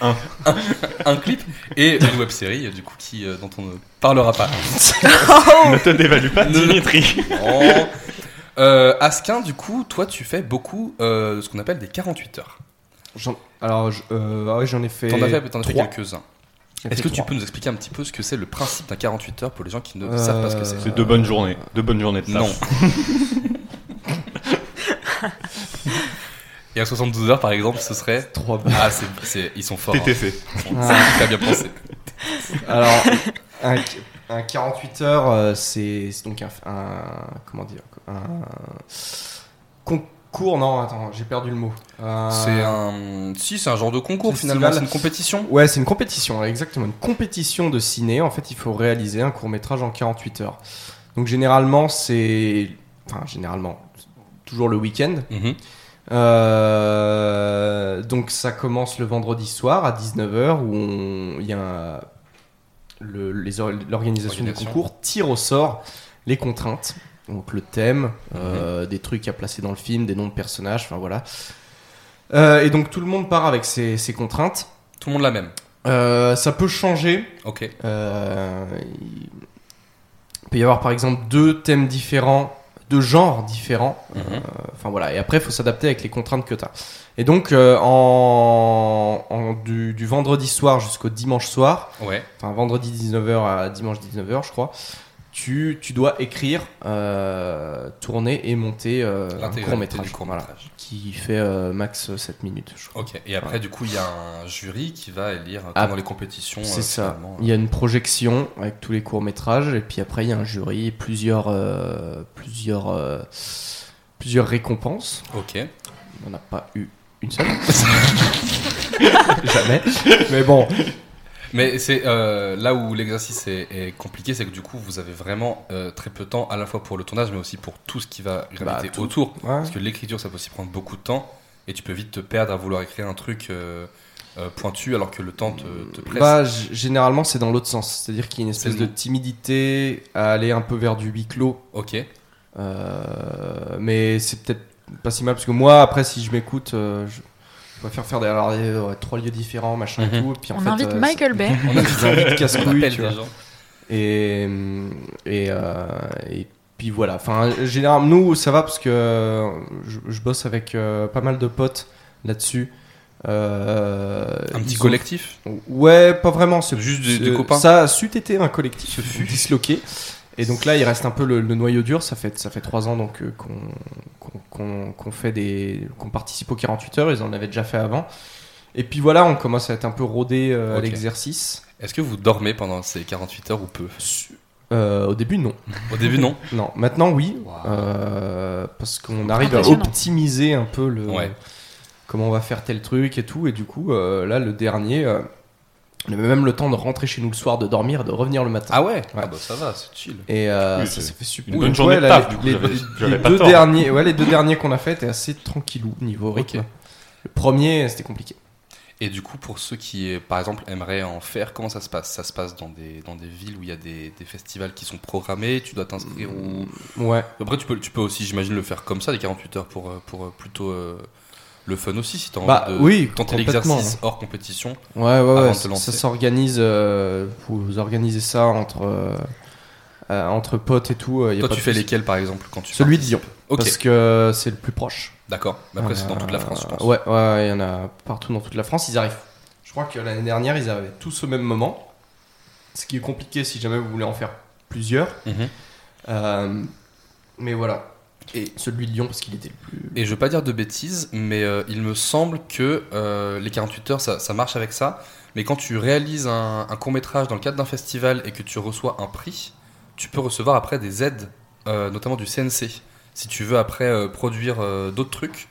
F: un clip et une web série du coup qui euh, dont on ne parlera pas. Oh.
C: Ne te dévalue pas,
F: Non, non.
C: Dimitri.
F: Oh. Euh, Asquin, du coup, toi, tu fais beaucoup euh, ce qu'on appelle des 48 heures.
H: J'en- Alors je- euh, ah ouais, j'en ai fait.
F: T'en as fait, t'en as fait
H: trois.
F: quelques-uns.
H: J'en ai
F: Est-ce
H: fait
F: que tu
H: trois.
F: peux nous expliquer un petit peu ce que c'est le principe d'un 48 heures pour les gens qui ne
H: Euh,
F: savent pas ce que c'est
C: C'est deux bonnes journées. Deux bonnes journées de taf.
F: Non. Et à 72 heures, par exemple, ce serait.
H: Trois balles.
F: Ah, c'est, c'est- ils sont forts. hein.
C: TTC.
F: Ils sont- C'est super bien pensé.
H: Alors, un, un 48 heures, euh, c'est c'est donc un, un- Comment dire Un. Concours, non, attends, j'ai perdu le mot. Euh,
F: C'est un. Si, c'est un genre de concours
H: Festival.
F: finalement. C'est une compétition.
H: Ouais, c'est une compétition, exactement. Une compétition de ciné. En fait, il faut réaliser un court-métrage en 48 heures. Donc, généralement, c'est. Enfin, généralement, c'est toujours le week-end.
F: Mhm.
H: Euh, donc ça commence le vendredi soir à 19h où on- il y a un- le- les or- l'organisation du
F: Organisation.
H: concours tire au sort les contraintes, donc le thème, euh, des trucs à placer dans le film, des noms de personnages, enfin voilà. Euh, et donc tout le monde part avec ses, ses contraintes.
F: Tout le monde la même.
H: Euh, ça peut changer.
F: Ok.
H: Euh, il peut y avoir par exemple deux thèmes différents, deux genres différents.
F: Mhm.
H: Euh, Enfin voilà, et après il faut s'adapter avec les contraintes que tu as. Et donc euh, en, en- du, du vendredi soir jusqu'au dimanche soir,
F: Ouais.
H: enfin vendredi 19h à dimanche 19h je crois, tu, tu dois écrire, euh, tourner et monter euh, un
F: L'intégralité
H: court métrage
F: du court-métrage.
H: qui fait euh, max 7 minutes je crois.
F: Ok. Et après, du coup, il y a un jury qui va élire comme
H: Ah,
F: dans les compétitions.
H: C'est
F: euh,
H: ça.
F: finalement.
H: Il y a une projection avec tous les courts-métrages, et puis après, il y a un jury, et plusieurs, euh, plusieurs, euh, plusieurs récompenses.
F: Ok.
H: On n'en a pas eu une seule. Jamais. Mais bon,
F: Mais c'est euh, là où l'exercice est, est compliqué, c'est que du coup, vous avez vraiment euh, très peu de temps, à la fois pour le tournage, mais aussi pour tout ce qui va graviter
H: Bah, tout.
F: autour.
H: ouais.
F: Parce que l'écriture, ça peut aussi prendre beaucoup de temps, et tu peux vite te perdre à vouloir écrire un truc euh, euh, pointu, alors que le temps te, te presse.
H: Bah, g- généralement, c'est dans l'autre sens. C'est-à-dire qu'il y a une espèce
F: C'est le-
H: de timidité à aller un peu vers du huis clos.
F: ok.
H: Euh, mais c'est peut-être pas si mal, parce que moi, après, si je m'écoute, euh, je... je préfère faire des, alors, des- ouais, trois lieux différents, machin et
F: Mhm.
H: tout. et Puis, en
G: On
H: fait,
G: invite
H: euh,
G: Michael Bay.
F: On a
H: ça casse
F: on appelle
H: tu
F: des
H: vois.
F: gens.
H: Et, et, euh, et puis voilà. Enfin, généralement, nous, ça va parce que euh, je, je bosse avec euh, pas mal de potes là-dessus. Euh,
F: Un petit
H: ils ont-
F: collectif
H: Ouais, pas vraiment. C'est
F: Juste des-
H: c'est-
F: des copains
H: Ça a su être un collectif
F: Ce fut.
H: disloqué. Et donc là, il reste un peu le, le noyau dur. Ça fait, ça fait trois ans donc euh, qu'on qu'on- qu'on- qu'on fait des, qu'on participe aux 48 heures. Ils en avaient déjà fait avant. Et puis voilà, on commence à être un peu rodé euh, à
F: Ok.
H: l'exercice.
F: Est-ce que vous dormez pendant ces 48 heures ou peu
H: Euh, au début, non.
F: Au début, non.
H: Non. Maintenant, oui,
F: Wow.
H: euh, parce qu'on arrive à
G: Impressionnant.
H: optimiser un peu le
F: Ouais.
H: comment on va faire tel truc et tout. Et du coup, euh, là, le dernier, euh, on avait même le temps de rentrer chez nous le soir, de dormir, et de revenir le matin.
F: Ah ouais, Ah bah ça va, c'est chill.
H: Et euh,
C: Oui,
H: ça,
C: c'est
H: ça fait super.
C: une bonne journée de taf,
H: les-
C: du coup,
H: les,
C: j'avais-
H: les
C: j'avais pas
H: deux
C: tort.
H: derniers, ouais, les deux derniers qu'on a fait étaient assez tranquillou niveau rythme.
F: Ok.
H: Le premier, c'était compliqué.
F: Et du coup, pour ceux qui, par exemple, aimeraient en faire, comment ça se passe Ça se passe dans des, dans des villes où il y a des, des festivals qui sont programmés, tu dois t'inscrire ou...
H: Ouais.
F: Après, tu peux, tu peux aussi, j'imagine, le faire comme ça, les 48 heures, pour, euh, pour euh, plutôt euh, le fun aussi, si t'as
H: Bah,
F: envie de
H: oui,
F: tenter
H: complètement.
F: l'exercice hors compétition.
H: Ouais, ouais,
F: avant
H: ouais,
F: de te
H: Ça
F: lancer.
H: ça s'organise. euh, vous organisez ça entre euh, euh, entre potes et tout. euh, y a
F: Toi,
H: pas
F: tu
H: de
F: fais
H: souci.
F: lesquels, par exemple, quand tu
H: Celui de
F: participes
H: Lyon.
F: Ok,
H: Parce que c'est le plus proche.
F: d'accord. Mais après, c'est dans toute la France, je pense.
H: Euh, Ouais, ouais, ouais, il y en a partout dans toute la France. Ils arrivent. Je crois que l'année dernière, ils arrivaient tous au même moment. Ce qui est compliqué si jamais vous voulez en faire plusieurs.
F: Mhm.
H: Euh, mais voilà. Et celui de Lyon, parce qu'il était le plus.
F: Et je veux pas dire de bêtises, mais euh, il me semble que euh, les 48 heures, ça, ça marche avec ça. Mais quand tu réalises un, court métrage dans le cadre d'un festival et que tu reçois un prix, tu peux recevoir après des aides, euh, notamment du CNC. Si tu veux après euh, produire euh, d'autres trucs,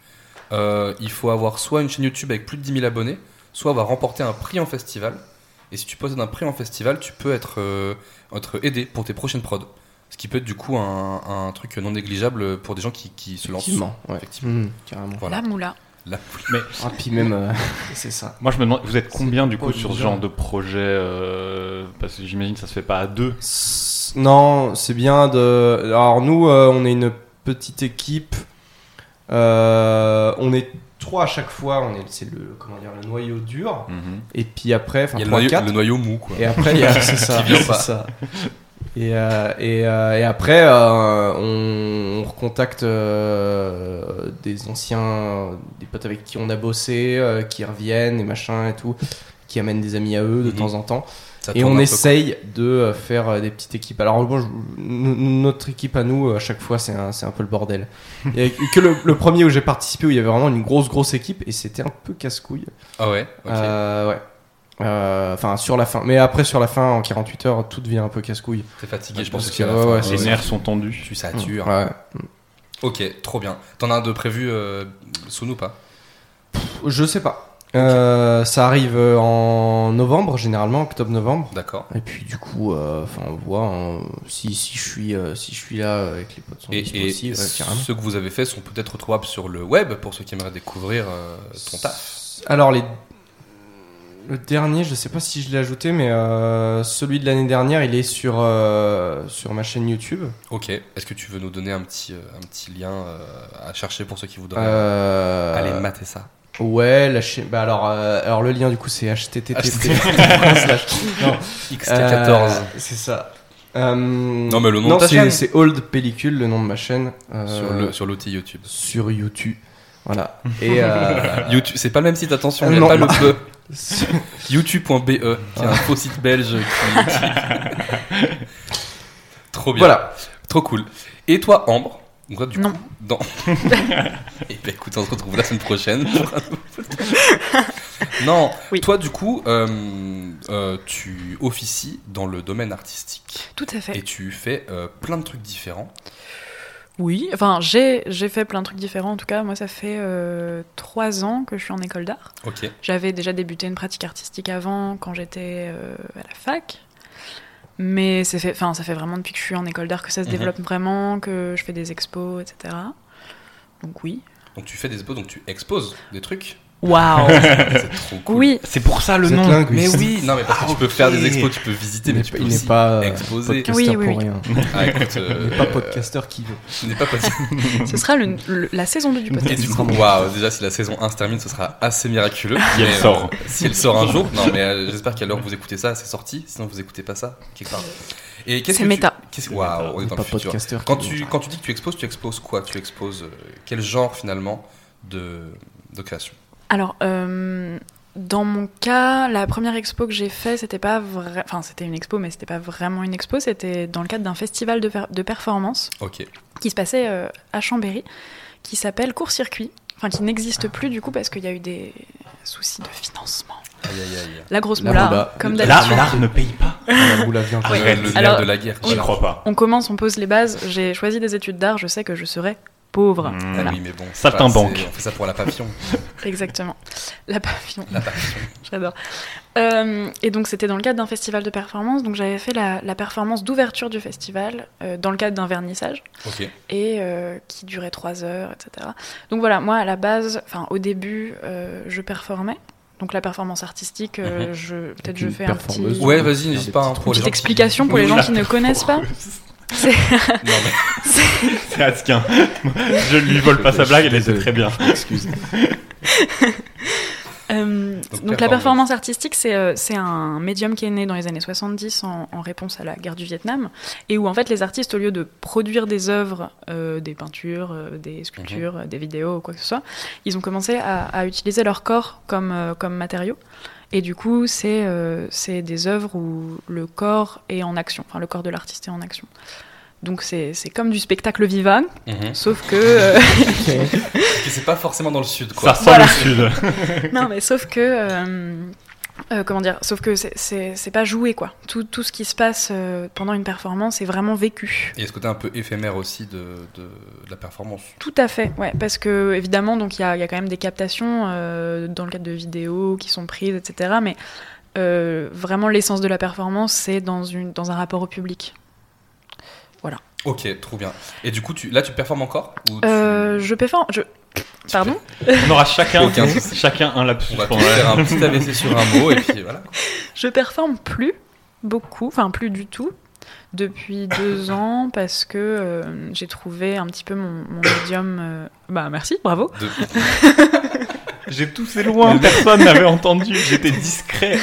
F: euh, il faut avoir soit une chaîne YouTube avec plus de 10 000 abonnés, soit avoir remporté un prix en festival. Et si tu possèdes un prix en festival, tu peux être, euh, être aidé pour tes prochaines prods. Ce qui peut être du coup un, un truc non négligeable pour des gens qui, qui se lancent.
H: Effectivement, ouais.
F: Effectivement.
H: Mhm, carrément.
F: Voilà.
G: La moula.
F: La
H: Ah, puis même, euh, c'est ça.
C: Moi, je me demande, vous êtes combien du coup
H: pas
C: sur ce
H: évident.
C: genre de projet euh, Parce que j'imagine que ça se fait pas à deux.
H: S- Non, c'est bien de. Alors nous, euh, on est une petite équipe. Euh, on est trois à chaque fois. On est, c'est le comment dire, le noyau dur. Et puis après, enfin
F: Mm-hmm. Il y a le
H: trois,
F: noyau,
H: quatre.
F: le noyau mou, quoi.
H: Et après, il y a- c'est ça.
F: Qui vient
H: c'est
F: pas.
H: ça. Et, euh, et, euh, et après, euh, on, on recontacte euh, des anciens, des potes avec qui on a bossé, euh, qui reviennent et machin et tout, qui amènent des amis à eux de
F: Mhm.
H: temps en temps.
F: Ça
H: Et
F: tourne un
H: on
F: peu,
H: essaye de euh, faire euh, des petites équipes. Alors bon, je- n- notre équipe à nous, euh, à chaque fois, c'est un, c'est un peu le bordel. Il y a que le, le premier où j'ai participé, où il y avait vraiment une grosse, grosse équipe, et c'était un peu casse-couille.
F: quoi. Ah ouais, ok.
H: Euh, ouais. Euh, Enfin, sur la fin. Mais après, sur la fin, en 48 heures, tout devient un peu casse-couille.
F: T'es fatigué, je
H: parce
F: pense
H: que,
F: que
H: ouais, ouais,
C: Les
H: c'est-
C: nerfs sont tendus.
F: Tu satures.
H: Ouais.
F: Mmh. Ok, trop bien. T'en as un de prévu euh, sous nous, pas
H: Je sais pas. Euh, ça arrive euh, en novembre, généralement, octobre-novembre.
F: D'accord.
H: Et puis du coup, euh, enfin, on voit hein, si, si, je suis, euh, si je suis là euh, avec les potes sont
F: Et,
H: dispo
F: et
H: aussi, ouais, carrément.
F: ceux que vous avez faits sont peut-être retrouvables sur le web pour ceux qui aimeraient découvrir euh, ton taf.
H: Alors, les... le dernier, je sais pas si je l'ai ajouté, mais euh, celui de l'année dernière, il est sur, euh, sur ma chaîne YouTube.
F: Ok. Est-ce que tu veux nous donner un petit, euh, un petit lien euh, à chercher pour ceux qui voudraient
H: Euh,
F: aller mater ça
H: ouais, la chaîne. Bah alors, euh, alors, le lien du coup, c'est http. Non.
F: XT14.
H: Euh, c'est ça. Euh,
F: non, mais le nom de ta
H: c'est-
F: chaîne
H: c'est Old Pellicule, le nom de ma chaîne. euh,
F: Sur le- sur l'outil YouTube.
H: sur YouTube. Voilà. Et euh,
F: YouTube, c'est pas le même site, attention, il n'y a
H: Non.
F: pas le peu.
H: sur-
F: YouTube.be, qui est E. un faux site belge qui. Trop bien.
H: voilà.
F: Trop cool. Et toi, Ambre donc toi, du
G: Non.
F: Coup, dans... Eh ben, écoute, on se retrouve la semaine prochaine. pour un nouveau podcast. non,
G: Oui.
F: toi, du coup, euh, euh, tu officies dans le domaine artistique
G: Tout à fait.
F: et tu fais euh, plein de trucs différents.
G: Oui, enfin j'ai j'ai fait plein de trucs différents. En tout cas, moi ça fait euh, trois ans que je suis en école d'art.
F: Ok.
G: J'avais déjà débuté une pratique artistique avant, quand j'étais euh, à la fac. Mais c'est fait, enfin, ça fait vraiment depuis que je suis en école d'art que ça se
F: Mhm.
G: développe vraiment, que je fais des expos, etc. Donc oui.
F: Donc, tu fais des expos, donc tu exposes des trucs.
G: Waouh
F: C'est trop cool.
G: Oui,
C: C'est pour ça le
H: Vous êtes
C: nom.
F: Mais
H: linguiste.
F: oui, non, mais parce que tu peux faire des expos, tu peux visiter,
H: Il
F: mais
H: n'est
F: tu
H: pas-
F: peux
H: il n'est
F: aussi
H: pas euh,
F: exposer.
H: podcasteur
G: Oui, oui,
H: pour
G: oui.
H: rien.
F: Ah, écoute, euh,
H: Il n'est pas podcasteur qui veut.
F: ce n'est pas possible.
G: ce sera le- le- la saison 2 du
F: Et
G: podcast.
F: du coup, waouh, déjà si la saison 1 se termine, ce sera assez miraculeux.
C: Si elle
F: Mais, euh,
C: sort.
F: si elle sort un jour, non mais euh, j'espère qu'à l'heure où vous écoutez ça, c'est sorti, sinon vous écoutez pas ça quelque part. Et qu'est-ce
G: C'est
F: que tu-
G: méta.
F: qu'est-ce- Waouw, on est
H: Il n'est
F: dans le
H: pas
F: futur.
H: podcasteur
F: Quand
H: qui
F: tu,
H: veut.
F: quand tu dis que tu exposes, tu exposes quoi Tu exposes euh, quel genre finalement de, de création
G: Alors, euh, dans mon cas, la première expo que j'ai fait, c'était pas vra- enfin c'était une expo, mais c'était pas vraiment une expo, c'était dans le cadre d'un festival de, per- de performance
F: Ok.
G: qui se passait euh, à Chambéry, qui s'appelle Court Circuit, enfin qui n'existe plus du coup parce qu'il y a eu des soucis de financement.
F: Aïe, aïe, aïe.
G: La grosse
H: La
G: moula,
H: moula.
G: hein, comme
H: La-
G: d'habitude.
C: L'art ne paye pas.
H: On a vous la viande.
C: Ah,
F: Le-
C: Arrête.
F: le nerf
G: Alors-
F: de la guerre.
C: J'y
F: quoi.
C: crois pas.
G: On commence, on pose les bases. J'ai choisi des études d'art, je sais que je serai pauvre.
H: Mm.
C: Mmh.
F: Ah
G: Voilà,
F: oui, mais bon. c'est
C: Saltimbanque.
F: pas- c'est- On fait ça pour la papillon.
G: exactement. La pavillon.
F: La papillon.
G: J'adore. Euh, et donc c'était dans le cadre d'un festival de performance. Donc j'avais fait la, la performance d'ouverture du festival euh, dans le cadre d'un vernissage
F: Ok.
G: et euh, qui durait trois heures, etc. Donc voilà, moi à la base, enfin au début, euh, je performais. Donc la performance artistique,
F: Mhm.
G: euh, je peut-être je
H: Une
G: fais un petit,
H: performeuse.
F: Ouais,
H: Faire
F: vas-y,
H: des
F: n'hésite pas hein,
H: petits
F: pour
G: une
F: les
G: petite
F: gens.
G: explication pour les gens qui ne connaissent pas. C'est-
F: Non, mais
G: c'est-
C: C'est Askin. Je lui vole pas sa blague, elle était très bien.
H: Excuse.
G: Euh,
F: Donc,
G: donc,
F: performance.
G: la performance artistique, c'est euh, c'est un médium qui est né dans les années 70 en, en réponse à la guerre du Vietnam, et où en fait les artistes, au lieu de produire des œuvres, euh, des peintures, euh, des sculptures, euh, des vidéos, quoi que ce soit, ils ont commencé à, à utiliser leur corps comme, euh, comme matériau. Et du coup, c'est euh, c'est des œuvres où le corps est en action, enfin le corps de l'artiste est en action. Donc c'est c'est comme du spectacle vivant,
F: Mhm.
G: sauf que... euh,
F: Et c'est pas forcément dans le sud,
C: Ça
F: quoi.
C: sent
G: Voilà.
C: le sud.
G: Non, mais sauf que. euh, euh, comment dire Sauf que c'est- c'est c'est pas joué, quoi. Tout, tout ce qui se passe euh, pendant une performance est vraiment vécu.
F: Et ce côté un peu éphémère aussi de, de, de la performance.
G: Tout à fait, ouais. Parce que, évidemment, donc il y a, il y a quand même des captations euh, dans le cadre de vidéos qui sont prises, etc. Mais euh, vraiment, l'essence de la performance, c'est dans, une- dans un rapport au public.
F: Ok, trop bien. Et du coup, tu, là, tu performes encore ou tu-
G: Euh, je performe. Je...
F: tu
G: Pardon
C: On aura chacun,
F: Aucun souci.
C: chacun un lapsus.
F: On va
C: pendant
F: tous
C: la-
F: faire un petit AVC sur un mot et puis voilà.
G: Je performe plus beaucoup, enfin plus du tout, depuis deux ans parce que euh, j'ai trouvé un petit peu mon, mon médium. euh, Bah merci, bravo.
F: De-
C: J'ai toussé loin, personne n'avait entendu, j'étais discret.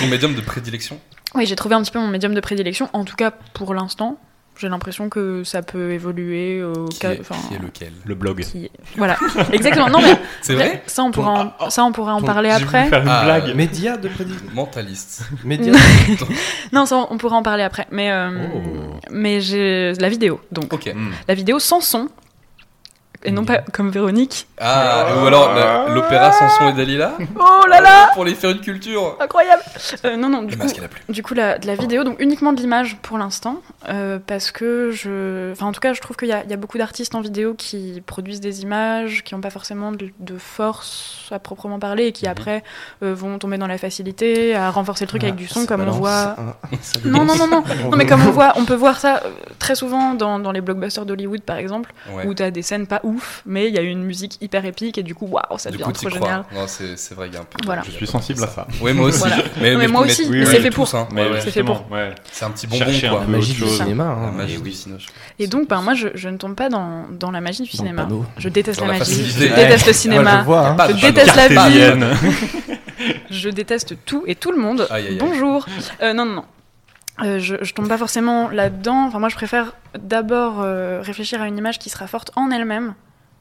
F: Ton médium de prédilection.
G: Oui, j'ai trouvé un petit peu mon médium de prédilection, en tout cas pour l'instant. J'ai l'impression que ça peut évoluer au
F: Qui,
G: cas.
F: est,
G: enfin,
F: qui est lequel
C: Le blog.
G: qui- Voilà, exactement. Non mais
F: C'est vrai
G: ça on pourra, en, ça on pourra en
H: ton-
G: parler
C: J'ai voulu
G: après.
C: faire une
F: Ah,
C: blague.
H: Média de prédilection.
F: Mentaliste.
H: Média.
G: Non, ça on pourra en parler après. Mais euh,
C: Oh.
G: mais j'ai la vidéo, donc
F: Ok.
C: Hmm.
G: la vidéo sans son et non pas comme Véronique.
F: Ah, ou alors la- l'opéra Samson et Dalila euh,
G: Oh là là,
F: Pour les faire une culture
G: incroyable. Euh, non non,
F: Le
G: du coup,
F: masque à la plume.
G: Du coup, la, de la vidéo, donc uniquement de l'image pour l'instant, euh, parce que je. Enfin, en tout cas, je trouve qu'il y, a- il y a beaucoup d'artistes en vidéo qui produisent des images, qui n'ont pas forcément de, de force à proprement parler, et qui
F: Mhm.
G: après euh, vont tomber dans la facilité à renforcer le truc avec du son,
H: Ah, Ça
G: comme on
H: balance.
G: voit.
H: Ah, ça
G: Non, non,
H: balance.
G: non, non. Non, mais comme on voit, on peut voir ça euh, très souvent dans, dans les blockbusters d'Hollywood, par exemple,
F: Ouais.
G: où t'as des scènes pas ouf, mais il y a une musique hyper épique, et du coup, waouh, ça
F: du
G: devient
F: coup,
G: trop
F: tu
G: génial.
F: crois. Non, c'est c'est vrai, il y a un peu.
G: Voilà.
C: Je suis sensible à ça.
F: Ouais, moi aussi.
G: Voilà.
F: Mais,
G: Non, mais
F: je
G: moi
F: peux
G: aussi,
F: mettre-
G: mais
F: oui,
G: c'est
F: oui,
G: fait
F: tous,
G: pour.
F: hein.
C: Mais
F: Ouais, ouais.
G: C'est fait pour.
C: justement, ouais.
F: C'est un petit bonbon,
C: Chercher un
F: quoi.
H: La
C: peu
H: magie
C: autre
H: du
C: chose.
H: cinéma. hein.
F: La magie
C: Mais
F: du
C: oui.
F: cinéma, je crois.
G: Et
F: C'est
G: donc, bah,
F: plus-
G: moi, je, je ne tombe pas dans, dans la magie du
H: Dans le
G: cinéma.
H: panneau.
G: Je déteste
F: Dans
G: la
F: la
G: magie, je
F: facilité.
G: déteste le
H: Ah, je
G: cinéma,
H: le vois. hein.
F: Pas de
G: je
F: panneau.
G: déteste la vie.
C: Cartésienne.
G: je déteste tout et tout le monde.
F: Aïe, aïe, aïe.
G: Bonjour. Euh, non, non, non. Euh, je, je tombe pas forcément là-dedans. Enfin, moi, je préfère d'abord euh, réfléchir à une image qui sera forte en elle-même.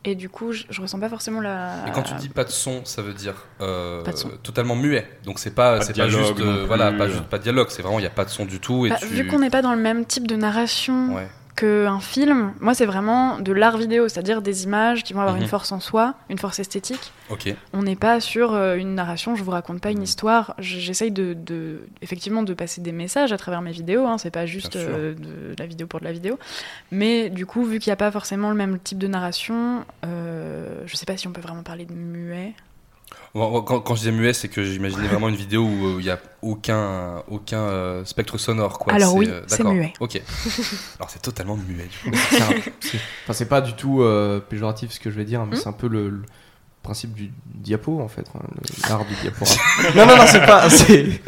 G: Et du coup, je, je ressens pas forcément la.
F: Et quand tu dis pas de son, ça veut dire euh,
G: Pas de son.
F: totalement muet. Donc c'est pas,
C: Pas de
F: c'est pas
C: dialogue
F: juste,
C: non
F: euh,
C: plus.
F: voilà, pas juste pas de dialogue. C'est vraiment il y a pas de son du tout et
G: Bah,
F: tu.
G: Vu qu'on n'est pas dans le même type de narration
F: Ouais.
G: qu'un film, moi, c'est vraiment de l'art vidéo, c'est-à-dire des images qui vont avoir
F: Mhm.
G: une force en soi, une force esthétique.
F: Ok.
G: On n'est pas sur euh, une narration, je vous raconte pas une histoire. J- J'essaye de, de- effectivement de passer des messages à travers mes vidéos. Hein. C'est pas juste
F: Bien sûr.
G: euh, de la vidéo pour de la vidéo. Mais du coup, vu qu'il n'y a pas forcément le même type de narration, euh, je sais pas si on peut vraiment parler de muet.
F: Bon, bon, Quand, quand je disais muet, c'est que j'imaginais vraiment une vidéo où euh, il y a aucun aucun euh, spectre sonore quoi.
G: Alors
F: C'est,
G: oui,
F: euh,
G: c'est
F: d'accord.
G: muet.
F: Ok. Alors c'est totalement muet. Du coup.
H: C'est un- c'est- Enfin, c'est pas du tout euh, péjoratif ce que je vais dire, mais
G: Hmm
H: c'est un peu le, le principe du diapo en fait, hein, le- l'art du diaporama. non, non, non, c'est pas. c'est-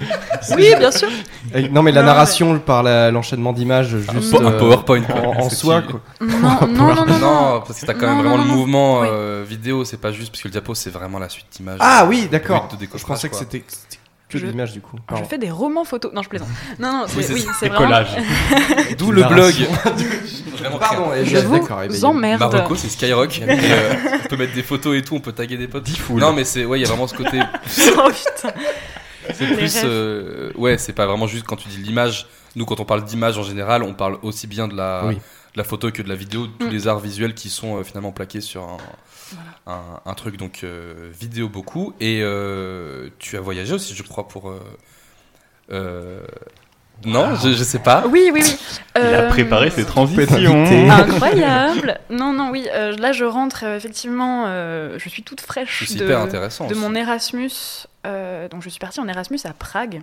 G: Oui, bien sûr.
H: Euh, Non, mais la
G: Non,
H: narration par la- l'enchaînement d'images, juste
F: po- un
H: euh,
F: PowerPoint, quoi.
H: en, en
F: C'est
H: soi.
F: qui-
H: Quoi.
G: Non, non, non, non, non.
F: parce que t'as quand même
G: Non, non,
F: vraiment
G: non,
F: le
G: non.
F: mouvement
G: Oui.
F: euh, vidéo. C'est pas juste parce que le diapo c'est vraiment la suite d'images.
H: Ah oui,
F: Oui,
H: d'accord.
F: de décoffrage,
H: Je pensais que
F: quoi.
H: c'était que c'était que
G: Je- Ah,
H: de l'image du coup.
G: Je
H: Pardon.
G: fais des romans photos. Non, je plaisante. Non, non, c'est-
F: Oui, c'est-
G: oui, c'est
C: Des
G: vraiment.
C: collages.
F: D'où le blog.
H: Narration.
F: vraiment
H: Pardon, et
G: Je
H: je suis d'accord. eh ben, il y
G: vous
H: a-
G: emmerde.
F: Marocco, c'est Skyrock. Et, euh, on peut mettre des photos et tout, on peut taguer des potes.
C: Diffoul.
F: Non, mais c'est ouais, il y a vraiment ce côté.
B: Oh putain.
F: C'est plus, euh, ouais, c'est pas vraiment juste quand tu dis l'image. Nous, quand on parle d'image en général, on parle aussi bien de la,
H: Oui.
F: de la photo que de la vidéo, de tous
G: Mm.
F: les arts visuels qui sont euh, finalement plaqués sur un, un- un truc. Donc, euh, vidéo beaucoup. Et euh, tu as voyagé aussi, je crois, pour. euh, euh,
G: Ah.
F: non, je, je sais pas.
G: Oui, oui, oui.
C: Il a
G: Euh,
C: préparé ses
H: invité.
C: transitions. Ah.
G: Incroyable. Non, non, oui. euh, là, je rentre euh, effectivement. euh, je suis toute fraîche
F: C'est
G: de,
F: hyper intéressant.
G: de
F: aussi.
G: mon Erasmus. euh, donc, je suis partie en Erasmus à Prague.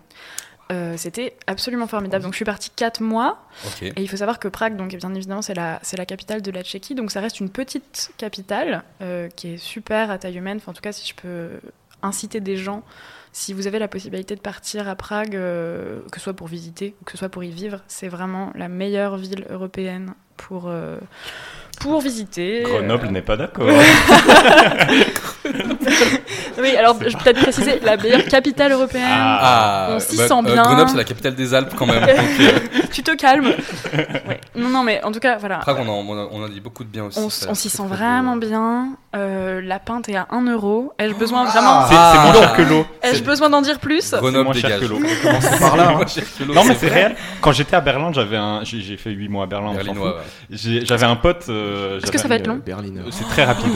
G: Euh, C'était absolument formidable. Donc, je suis partie 4 mois.
F: Ok.
G: Et il faut savoir que Prague, donc bien évidemment, c'est la, c'est la capitale de la Tchéquie, donc ça reste une petite capitale euh, qui est super à taille humaine. Enfin, en tout cas, si je peux inciter des gens, si vous avez la possibilité de partir à Prague, euh, que ce soit pour visiter ou que ce soit pour y vivre, c'est vraiment la meilleure ville européenne pour, euh, pour visiter.
C: Grenoble
G: Euh,
C: n'est pas d'accord.
G: Oui, alors je vais peut-être préciser, la meilleure capitale européenne.
C: Ah.
F: Ah,
G: On s'y sent bien.
F: Grenoble, c'est la capitale des Alpes quand même. Donc, euh,
G: Tu te calmes. Ouais. Non, non, mais en tout cas, voilà.
F: Prague, on en, on en- on en dit beaucoup de bien aussi.
G: On, s-
F: ça-
G: on s'y
F: c'est
G: sent
F: très beau.
G: vraiment bien. Euh, la pinte est à 1 euro. Ai-je
F: Oh,
G: besoin
F: ah,
G: vraiment
C: Ah, C'est c'est moins cher que l'eau.
G: Ai-je besoin d'en dire plus
C: C'est
F: Grenoble
C: moins cher
F: dégage.
C: que l'eau.
H: par là, hein.
F: Moins cher que l'eau,
C: Non mais c'est
F: vrai.
C: réel. Quand j'étais à Berlin, j'avais un, j'ai j'ai fait 8 mois à Berlin. on s'en
F: Berlinois,
C: fout.
F: ouais.
C: J'ai- J'avais un pote. euh,
G: Est-ce
C: j'avais-
G: que
C: euh,
G: ça va être long
H: Berliner.
C: C'est très rapide.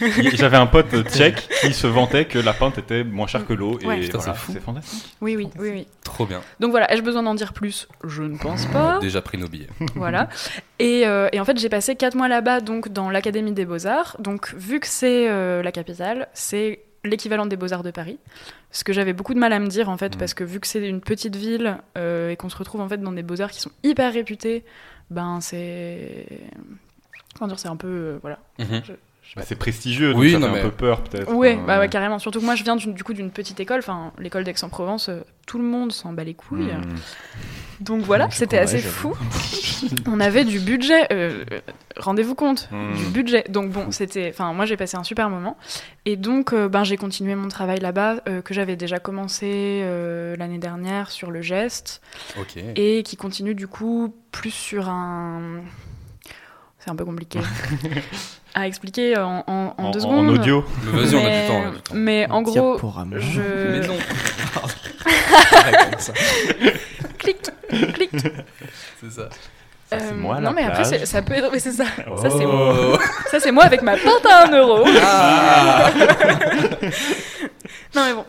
C: Il- J'avais un pote tchèque qui se vantait que la pinte était moins chère que l'eau et
G: Ouais.
F: Putain,
C: voilà,
F: c'est fou.
C: c'est fantastique.
G: Oui, oui, oui, oui.
F: Trop bien.
G: Donc voilà, ai-je besoin d'en dire plus Je ne pense
F: On a
G: pas.
F: déjà pris nos billets.
G: voilà. Et, euh, et en fait, j'ai passé 4 mois là-bas, donc dans l'Académie des Beaux-Arts. Donc, vu que c'est euh, la capitale, c'est l'équivalent des Beaux-Arts de Paris. Ce que j'avais beaucoup de mal à me dire, en fait,
F: Mhm.
G: parce que vu que c'est une petite ville euh, et qu'on se retrouve en fait dans des Beaux-Arts qui sont hyper réputés, ben c'est. Comment dire, c'est un peu. euh, voilà. Je- je sais
C: Bah, c'est prestigieux.
F: Oui,
C: Oui, donc ça
F: non,
C: fait
F: mais-
C: un peu peur peut-être.
G: Ouais,
C: Euh,
G: bah ouais, carrément. Surtout que moi, je viens d'une- du coup d'une petite école, enfin l'école d'Aix-en-Provence, euh, tout le monde s'en bat les couilles.
C: hmm.
G: Donc voilà,
H: Je
G: c'était
H: crois,
G: assez
H: j'avoue.
G: fou. On avait du budget, euh, euh, rendez-vous compte,
F: Hmm.
C: Mm.
G: du budget. Donc bon, c'était, enfin moi j'ai passé un super moment. Et donc euh, ben j'ai continué mon travail là-bas euh, que j'avais déjà commencé euh, l'année dernière sur le geste
F: Ok.
G: et qui continue du coup plus sur un. C'est un peu compliqué à expliquer en, en- en
C: En,
G: deux
C: en
G: secondes.
C: audio.
F: Mais vas-y, on a
G: Mais-
F: du temps. on a du temps.
G: Mais en gros,
H: Diaporama.
G: je.
F: Mais non. Arrête avec ça.
G: Clic, clic.
F: c'est ça.
C: Ça, c'est
G: Euh,
C: moi,
G: non
C: la
G: mais après
C: plage.
G: c'est- ça peut être- oui, c'est ça. Ça c'est moi.
F: Oh.
G: Ça c'est moi avec ma pinte à 1 euro.
F: Ah.
G: Non mais bon.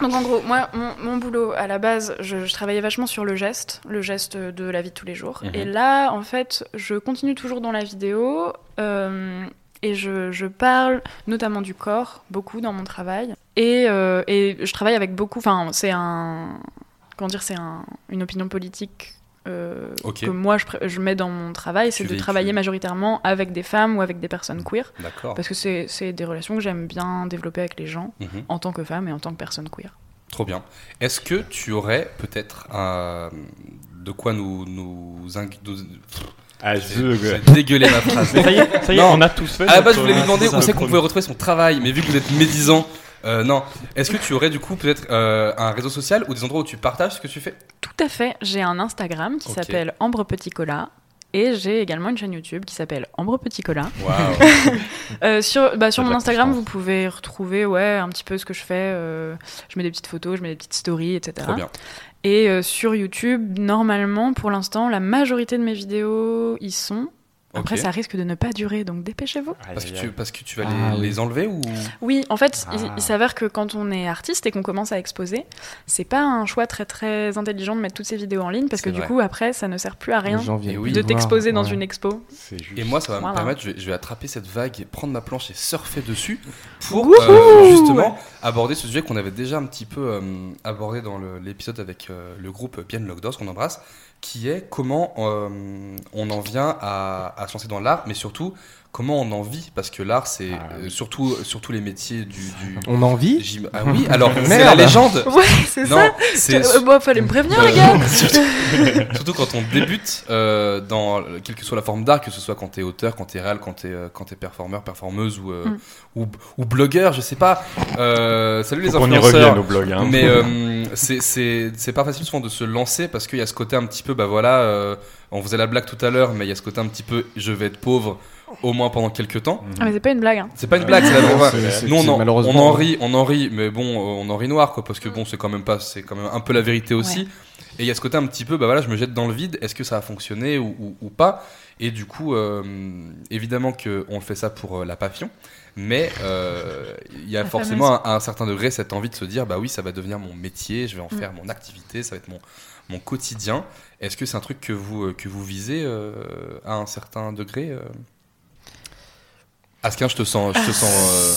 G: Donc en gros, moi, mon, mon boulot à la base, je, je travaillais vachement sur le geste, le geste de la vie de tous les jours.
F: Mhm.
G: Et là, en fait, je continue toujours dans la vidéo euh, et je, je parle notamment du corps beaucoup dans mon travail. Et, euh, et je travaille avec beaucoup. Enfin, c'est un comment dire, c'est un- une opinion politique. euh,
F: Ok.
G: que moi je, pré- je mets dans mon travail, c'est de
F: véhicules.
G: travailler majoritairement avec des femmes ou avec des personnes queer,
F: D'accord.
G: parce que c'est c'est des relations que j'aime bien développer avec les gens
F: Mhm.
G: en tant que femme et en tant que personne queer.
F: Trop bien. Est-ce que tu aurais peut-être euh, de quoi nous nous, ing- nous-
C: Ah, je-
F: J'ai dégueulé ma phrase.
C: Mais ça y est, ça y est,
F: Non. Ah,
C: on a tous fait.
F: À la base, je
C: notre- euh,
F: voulais lui demander, on
C: notre
F: sait qu'on
C: premier-
F: pouvait retrouver son travail, mais vu que vous êtes médisant, euh, non. Est-ce que tu aurais du coup peut-être euh, un réseau social ou des endroits où tu partages ce que tu fais
G: Tout à fait, j'ai un Instagram qui
F: Ok.
G: s'appelle Ambre Petit Cola. Et j'ai également une chaîne YouTube qui s'appelle Ambre Petit Cola.
F: Waouh
G: Euh, sur bah, sur
C: Ça
G: mon
C: fait
G: Instagram,
C: confiance.
G: vous pouvez retrouver ouais, un petit peu ce que je fais. euh, je mets des petites photos, je mets des petites stories, etc.
F: Trop bien.
G: Et euh, sur YouTube, normalement, pour l'instant, la majorité de mes vidéos y sont. Après,
F: Ok.
G: ça risque de ne pas durer, donc dépêchez-vous.
C: Aïe,
F: Parce que,
C: aïe,
F: tu,
C: aïe.
F: parce que tu vas
H: Ah,
F: les,
H: oui.
F: les enlever ou
G: Oui, en fait, il-
H: Ah.
G: il s'avère que quand on est artiste et qu'on commence à exposer, c'est pas un choix très très intelligent de mettre toutes ces vidéos en ligne parce que
F: C'est
G: du
F: vrai.
G: coup après ça ne sert plus à rien
H: Les gens
F: Et
H: viennent
F: Eh oui.
H: te
G: de
H: voir,
G: t'exposer dans
H: ouais.
G: une expo.
C: C'est juste.
F: Et moi, ça va me
G: Voilà.
F: permettre, je vais, je vais attraper cette vague, prendre ma planche et surfer dessus pour
G: Wouhou
F: euh, justement aborder ce sujet qu'on avait déjà un petit peu euh, abordé dans le- l'épisode avec euh, le groupe Bien Logdos qu'on embrasse, qui est comment euh, on en vient à, à se lancer dans l'art, mais surtout comment on en vit, parce que l'art, c'est
C: Ah,
F: euh, surtout, surtout les métiers du. du-
H: On a envie
F: j'im- Ah oui, alors c'est la
H: Merde.
F: légende.
G: Ouais, c'est
F: Non,
G: ça.
F: c'est Bah,
G: Euh, bon, fallait me prévenir les gars.
F: Surtout quand on débute euh, dans euh, quelle que soit la forme d'art, que ce soit quand t'es auteur, quand t'es réel, quand t'es euh, quand t'es performeur, performeuse ou, euh,
G: Mm.
F: ou ou blogueur, je sais pas. Euh, salut les
C: Faut qu'on y revienne
F: influenceurs. euh,
C: au blog. hein.
F: Mais euh, c'est- c'est c'est pas facile souvent de se lancer parce qu'il y a ce côté un petit peu peu, bah voilà, euh, on faisait la blague tout à l'heure, mais il y a ce côté un petit peu, je vais être pauvre, au moins pendant quelques temps.
G: Ah, mais c'est pas une blague. Hein.
F: C'est pas une blague, c'est la vraie.
H: C'est- c'est-
F: Nous on
H: c'est
F: en,
H: malheureusement- euh,
F: on en rit, on en rit, mais bon, euh, on en rit noir quoi, parce que bon, c'est quand même pas, c'est quand même un peu la vérité aussi. Et il y a ce côté un petit peu, bah voilà, je me jette dans le vide. Est-ce que ça a fonctionné ou, ou- ou pas Et du coup, euh, évidemment que on fait ça pour euh, la passion, mais euh, il y a
G: La
F: forcément à un certain degré cette envie de se dire, bah oui, ça va devenir mon métier, je vais en
G: Mm.
F: faire mon activité, ça va être mon mon quotidien. Est-ce que c'est un truc que vous euh, que vous visez euh, à un certain degré euh Asquin, je te sens, je te sens.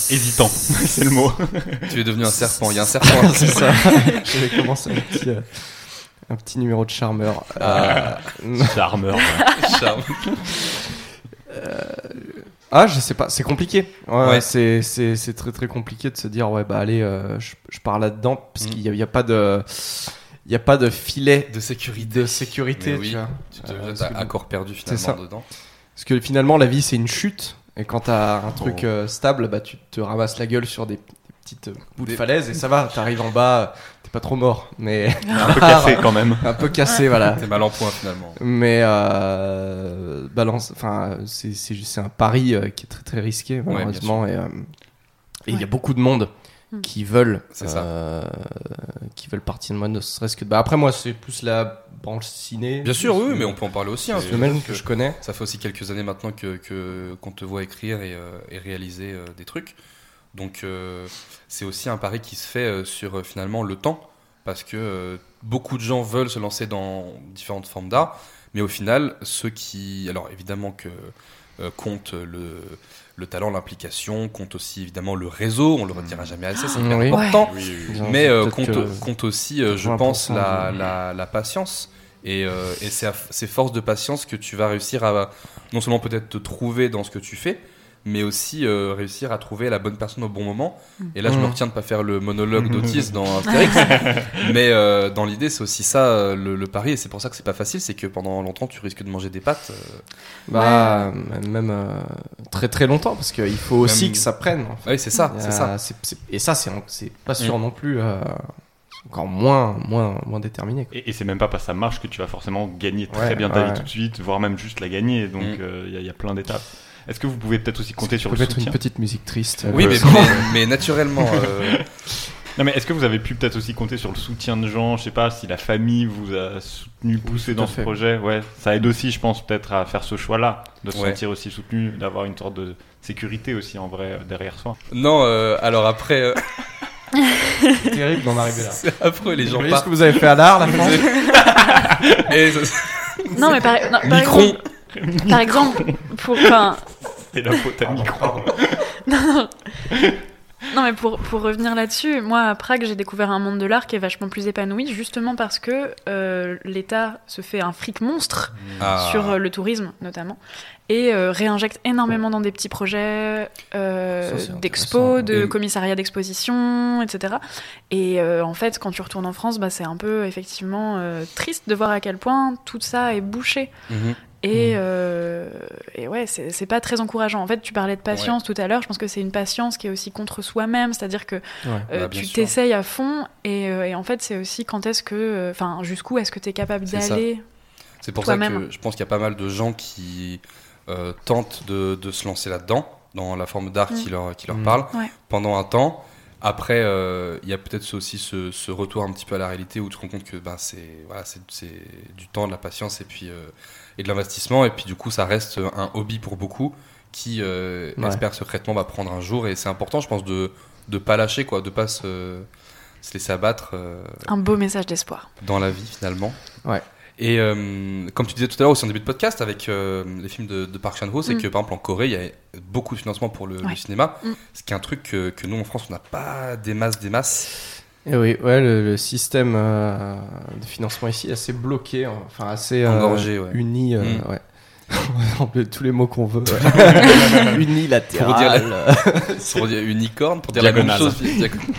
F: euh,
C: Hésitant, c'est le mot.
F: tu es devenu un serpent, il y a un serpent.
H: C'est ça. Je vais commencer un petit, euh, un petit numéro de charmeur.
F: Ah.
H: Euh,
C: Charmeur.
F: Charme.
H: ah, je sais pas, c'est compliqué. Ouais,
F: Ouais.
H: C'est, c'est, c'est très très compliqué de se dire, ouais, bah allez, euh, je, je pars là-dedans, parce qu'il n'y a, il y a pas de. Il n'y a pas de filet
F: Mm. De sécurité.
H: de sécurité,
F: Mais oui.
H: tu vois.
F: Tu
H: Euh,
F: te
H: parce
F: jettes
H: que-
F: à, à corps perdu
H: C'est ça.
F: finalement dedans.
H: Parce que finalement, la vie, c'est une chute. Et quand t'as
F: Oh.
H: un truc euh, stable, bah, tu te ramasses la gueule sur des, des petites euh, bouts de
F: Des-
H: falaise et ça va, t'arrives en bas, t'es pas trop mort, mais
F: Ah.
C: Un peu cassé quand même.
H: un peu cassé, voilà.
F: T'es mal en point finalement.
H: Mais euh, balance, enfin, c'est c'est juste- c'est un pari euh, qui est très très risqué,
F: bien
H: malheureusement. et euh, et il y
G: Ouais.
H: a beaucoup de monde
G: Hmm.
H: qui veulent,
F: C'est ça.
H: euh, qui veulent partir de moi, ne serait-ce que. Bah, après, moi, c'est plus la branche ciné.
F: Bien sûr, oui, mais on peut en parler aussi. hein,
H: C'est
F: parce
H: le même
F: que-
H: que je connais.
F: Ça fait aussi quelques années maintenant que que- qu'on te voit écrire et, euh, et réaliser euh, des trucs. Donc euh, c'est aussi un pari qui se fait euh, sur euh, finalement le temps, parce que euh, beaucoup de gens veulent se lancer dans différentes formes d'art, mais au final, ceux qui... Alors évidemment que euh, compte le, le talent, l'implication, compte aussi évidemment le réseau, on le redira jamais assez, c'est hyper
H: Oui.
F: important, mais euh,
H: Peut-être
F: compte,
H: que-
F: compte aussi, euh, je
H: 80%
F: pense, la,
H: de-
F: la- la patience. Et, euh, et c'est à f- c'est force de patience que tu vas réussir à non seulement peut-être te trouver dans ce que tu fais, mais aussi euh, réussir à trouver la bonne personne au bon moment. Et là, je me
H: Mhm.
F: retiens de pas faire le monologue d'Otis dans Astérix, mais euh, dans l'idée, c'est aussi ça euh, le, le pari. Et c'est pour ça que c'est pas facile, c'est que pendant longtemps, tu risques de manger des pâtes. euh.
H: Bah, m- même euh, très très longtemps, parce qu'il faut aussi
F: Même-
H: que ça prenne. en fait.
F: Ah oui, c'est ça,
H: Il y a-
F: c'est ça. Hmm.
H: c'est- c'est- et ça, c'est en- c'est pas sûr non plus. euh, c'est encore moins, moins, moins déterminé. quoi.
C: Et, et c'est même pas parce que ça marche que tu vas forcément gagner très
H: Ouais,
C: bien ta
H: ouais.
C: vie tout de suite, voire même juste la gagner. Donc
F: Mm.
C: il y, a- y a plein d'étapes. Est-ce que vous pouvez peut-être aussi compter sur
H: On
C: le
H: peut mettre une
C: soutien
H: petite musique triste.
F: Oui,
H: Euh,
F: mais,
H: sans-
F: mais- mais naturellement. euh,
C: Non mais est-ce que vous avez pu peut-être aussi compter sur le soutien de gens Je sais pas si la famille vous a soutenu, poussé
H: tout à
C: dans ce
H: fait.
C: projet. Ouais, ça aide aussi, je pense, peut-être à faire ce choix-là, de se
F: Ouais.
C: sentir aussi soutenu, d'avoir une sorte de sécurité aussi en vrai euh, derrière soi.
F: Non, euh, alors après, euh,
H: C'est terrible d'en arriver là.
F: c'est affreux, les
H: Vous
F: gens
H: voyez ce
F: partent.
H: que vous avez fait à l'art, la France
F: Et ça-
G: Non, mais par, non, par
F: Micron.
G: exemple, par exemple, pour, enfin,
C: Et la faute à micro.
G: Non, mais pour, pour revenir là-dessus, moi à Prague, j'ai découvert un monde de l'art qui est vachement plus épanoui, justement parce que euh, l'État se fait un fric monstre
F: Ah.
G: sur euh, le tourisme, notamment, et euh, réinjecte énormément dans des petits projets euh,
H: Ça, c'est intéressant.
G: d'expos, de
F: Et-
G: commissariats d'exposition, etc. Et euh, en fait, quand tu retournes en France, bah, c'est un peu effectivement euh, triste de voir à quel point tout ça est bouché.
F: Mhm.
G: Et, euh, et ouais, c'est c'est pas très encourageant. En fait, tu parlais de patience tout à l'heure. Je pense que c'est une patience qui est aussi contre soi-même, c'est-à-dire que euh,
F: Bah, bien
G: tu
F: sûr.
G: t'essayes à fond. Et, euh, et en fait, c'est aussi quand est-ce que, euh, enfin, jusqu'où est-ce que t'es capable
F: C'est ça.
G: d'aller
F: C'est pour ça
G: Toi-même.
F: que je pense qu'il y a pas mal de gens qui euh, tentent de, de se lancer là-dedans, dans la forme d'art qui leur, qui leur
H: Mm.
F: parle,
G: Ouais.
F: pendant un temps. Après, euh, il y a peut-être ce- aussi ce, ce retour un petit peu à la réalité où tu te rends compte que ben, c'est voilà, c'est- c'est du temps, de la patience et, puis, euh, et de l'investissement. Et puis du coup, ça reste un hobby pour beaucoup qui euh,
H: Ouais.
F: espère secrètement va prendre un jour. Et c'est important, je pense, de ne pas lâcher, quoi, de pas se, se laisser abattre. euh,
G: Un beau message d'espoir.
F: dans la vie finalement.
H: Ouais.
F: Et euh, comme tu disais tout à l'heure aussi en début de podcast avec euh, les films de, de Park Chan-ho, c'est
G: Mm.
F: que par exemple en Corée, il y a beaucoup de financement pour le, le
G: Ouais.
F: cinéma,
G: Mm.
F: ce qui est un truc que, que nous en France, on n'a pas des masses, des masses.
H: Et Eh oui, ouais, le, le système euh, de financement ici est assez bloqué, hein. enfin assez euh,
F: Engorgé, ouais.
H: uni. euh,
F: Mm.
H: ouais. On peut Tous les mots qu'on veut. Unilatéral.
F: Pour dire Pour dire une licorne, pour dire la
C: euh. Diagonale.
F: même chose. diagonale.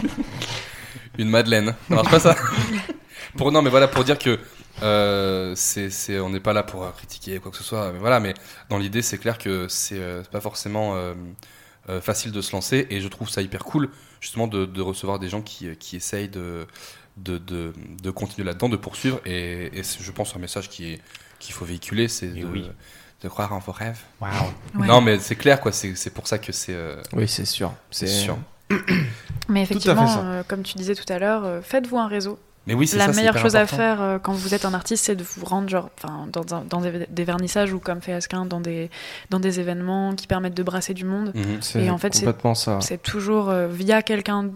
F: une madeleine. Ça marche pas ça pour, Non, mais voilà, pour dire que euh, c'est, c'est- on n'est pas là pour euh, critiquer quoi que ce soit. Mais voilà, mais dans l'idée, c'est clair que c'est euh, c'est pas forcément euh, euh, facile de se lancer. Et je trouve ça hyper cool, justement, de, de recevoir des gens qui, euh, qui essayent de, de, de, de continuer là-dedans, de poursuivre. Et, et c'est, je pense un message qui est- qu'il faut véhiculer, c'est
C: Et
F: de,
C: oui.
F: de croire en vos rêves.
C: Waouh.
G: Ouais.
F: Non, mais c'est clair, quoi. C'est c'est pour ça que c'est euh,
H: Oui, c'est sûr.
F: c'est sûr.
G: Mais
H: fait
G: effectivement,
H: ça.
G: euh, comme tu disais tout à l'heure, euh, faites-vous un réseau.
F: Mais oui, c'est
G: La
F: ça, c'est
G: meilleure
F: hyper
G: chose
F: important.
G: à faire euh, quand vous êtes un artiste, c'est de vous rendre genre, enfin, dans, un- dans des, des vernissages ou comme fait Asquin, dans des, dans des événements qui permettent de brasser du monde.
F: Mhm.
H: C'est
G: en fait, c'est-
H: complètement ça.
G: C'est toujours euh, via quelqu'un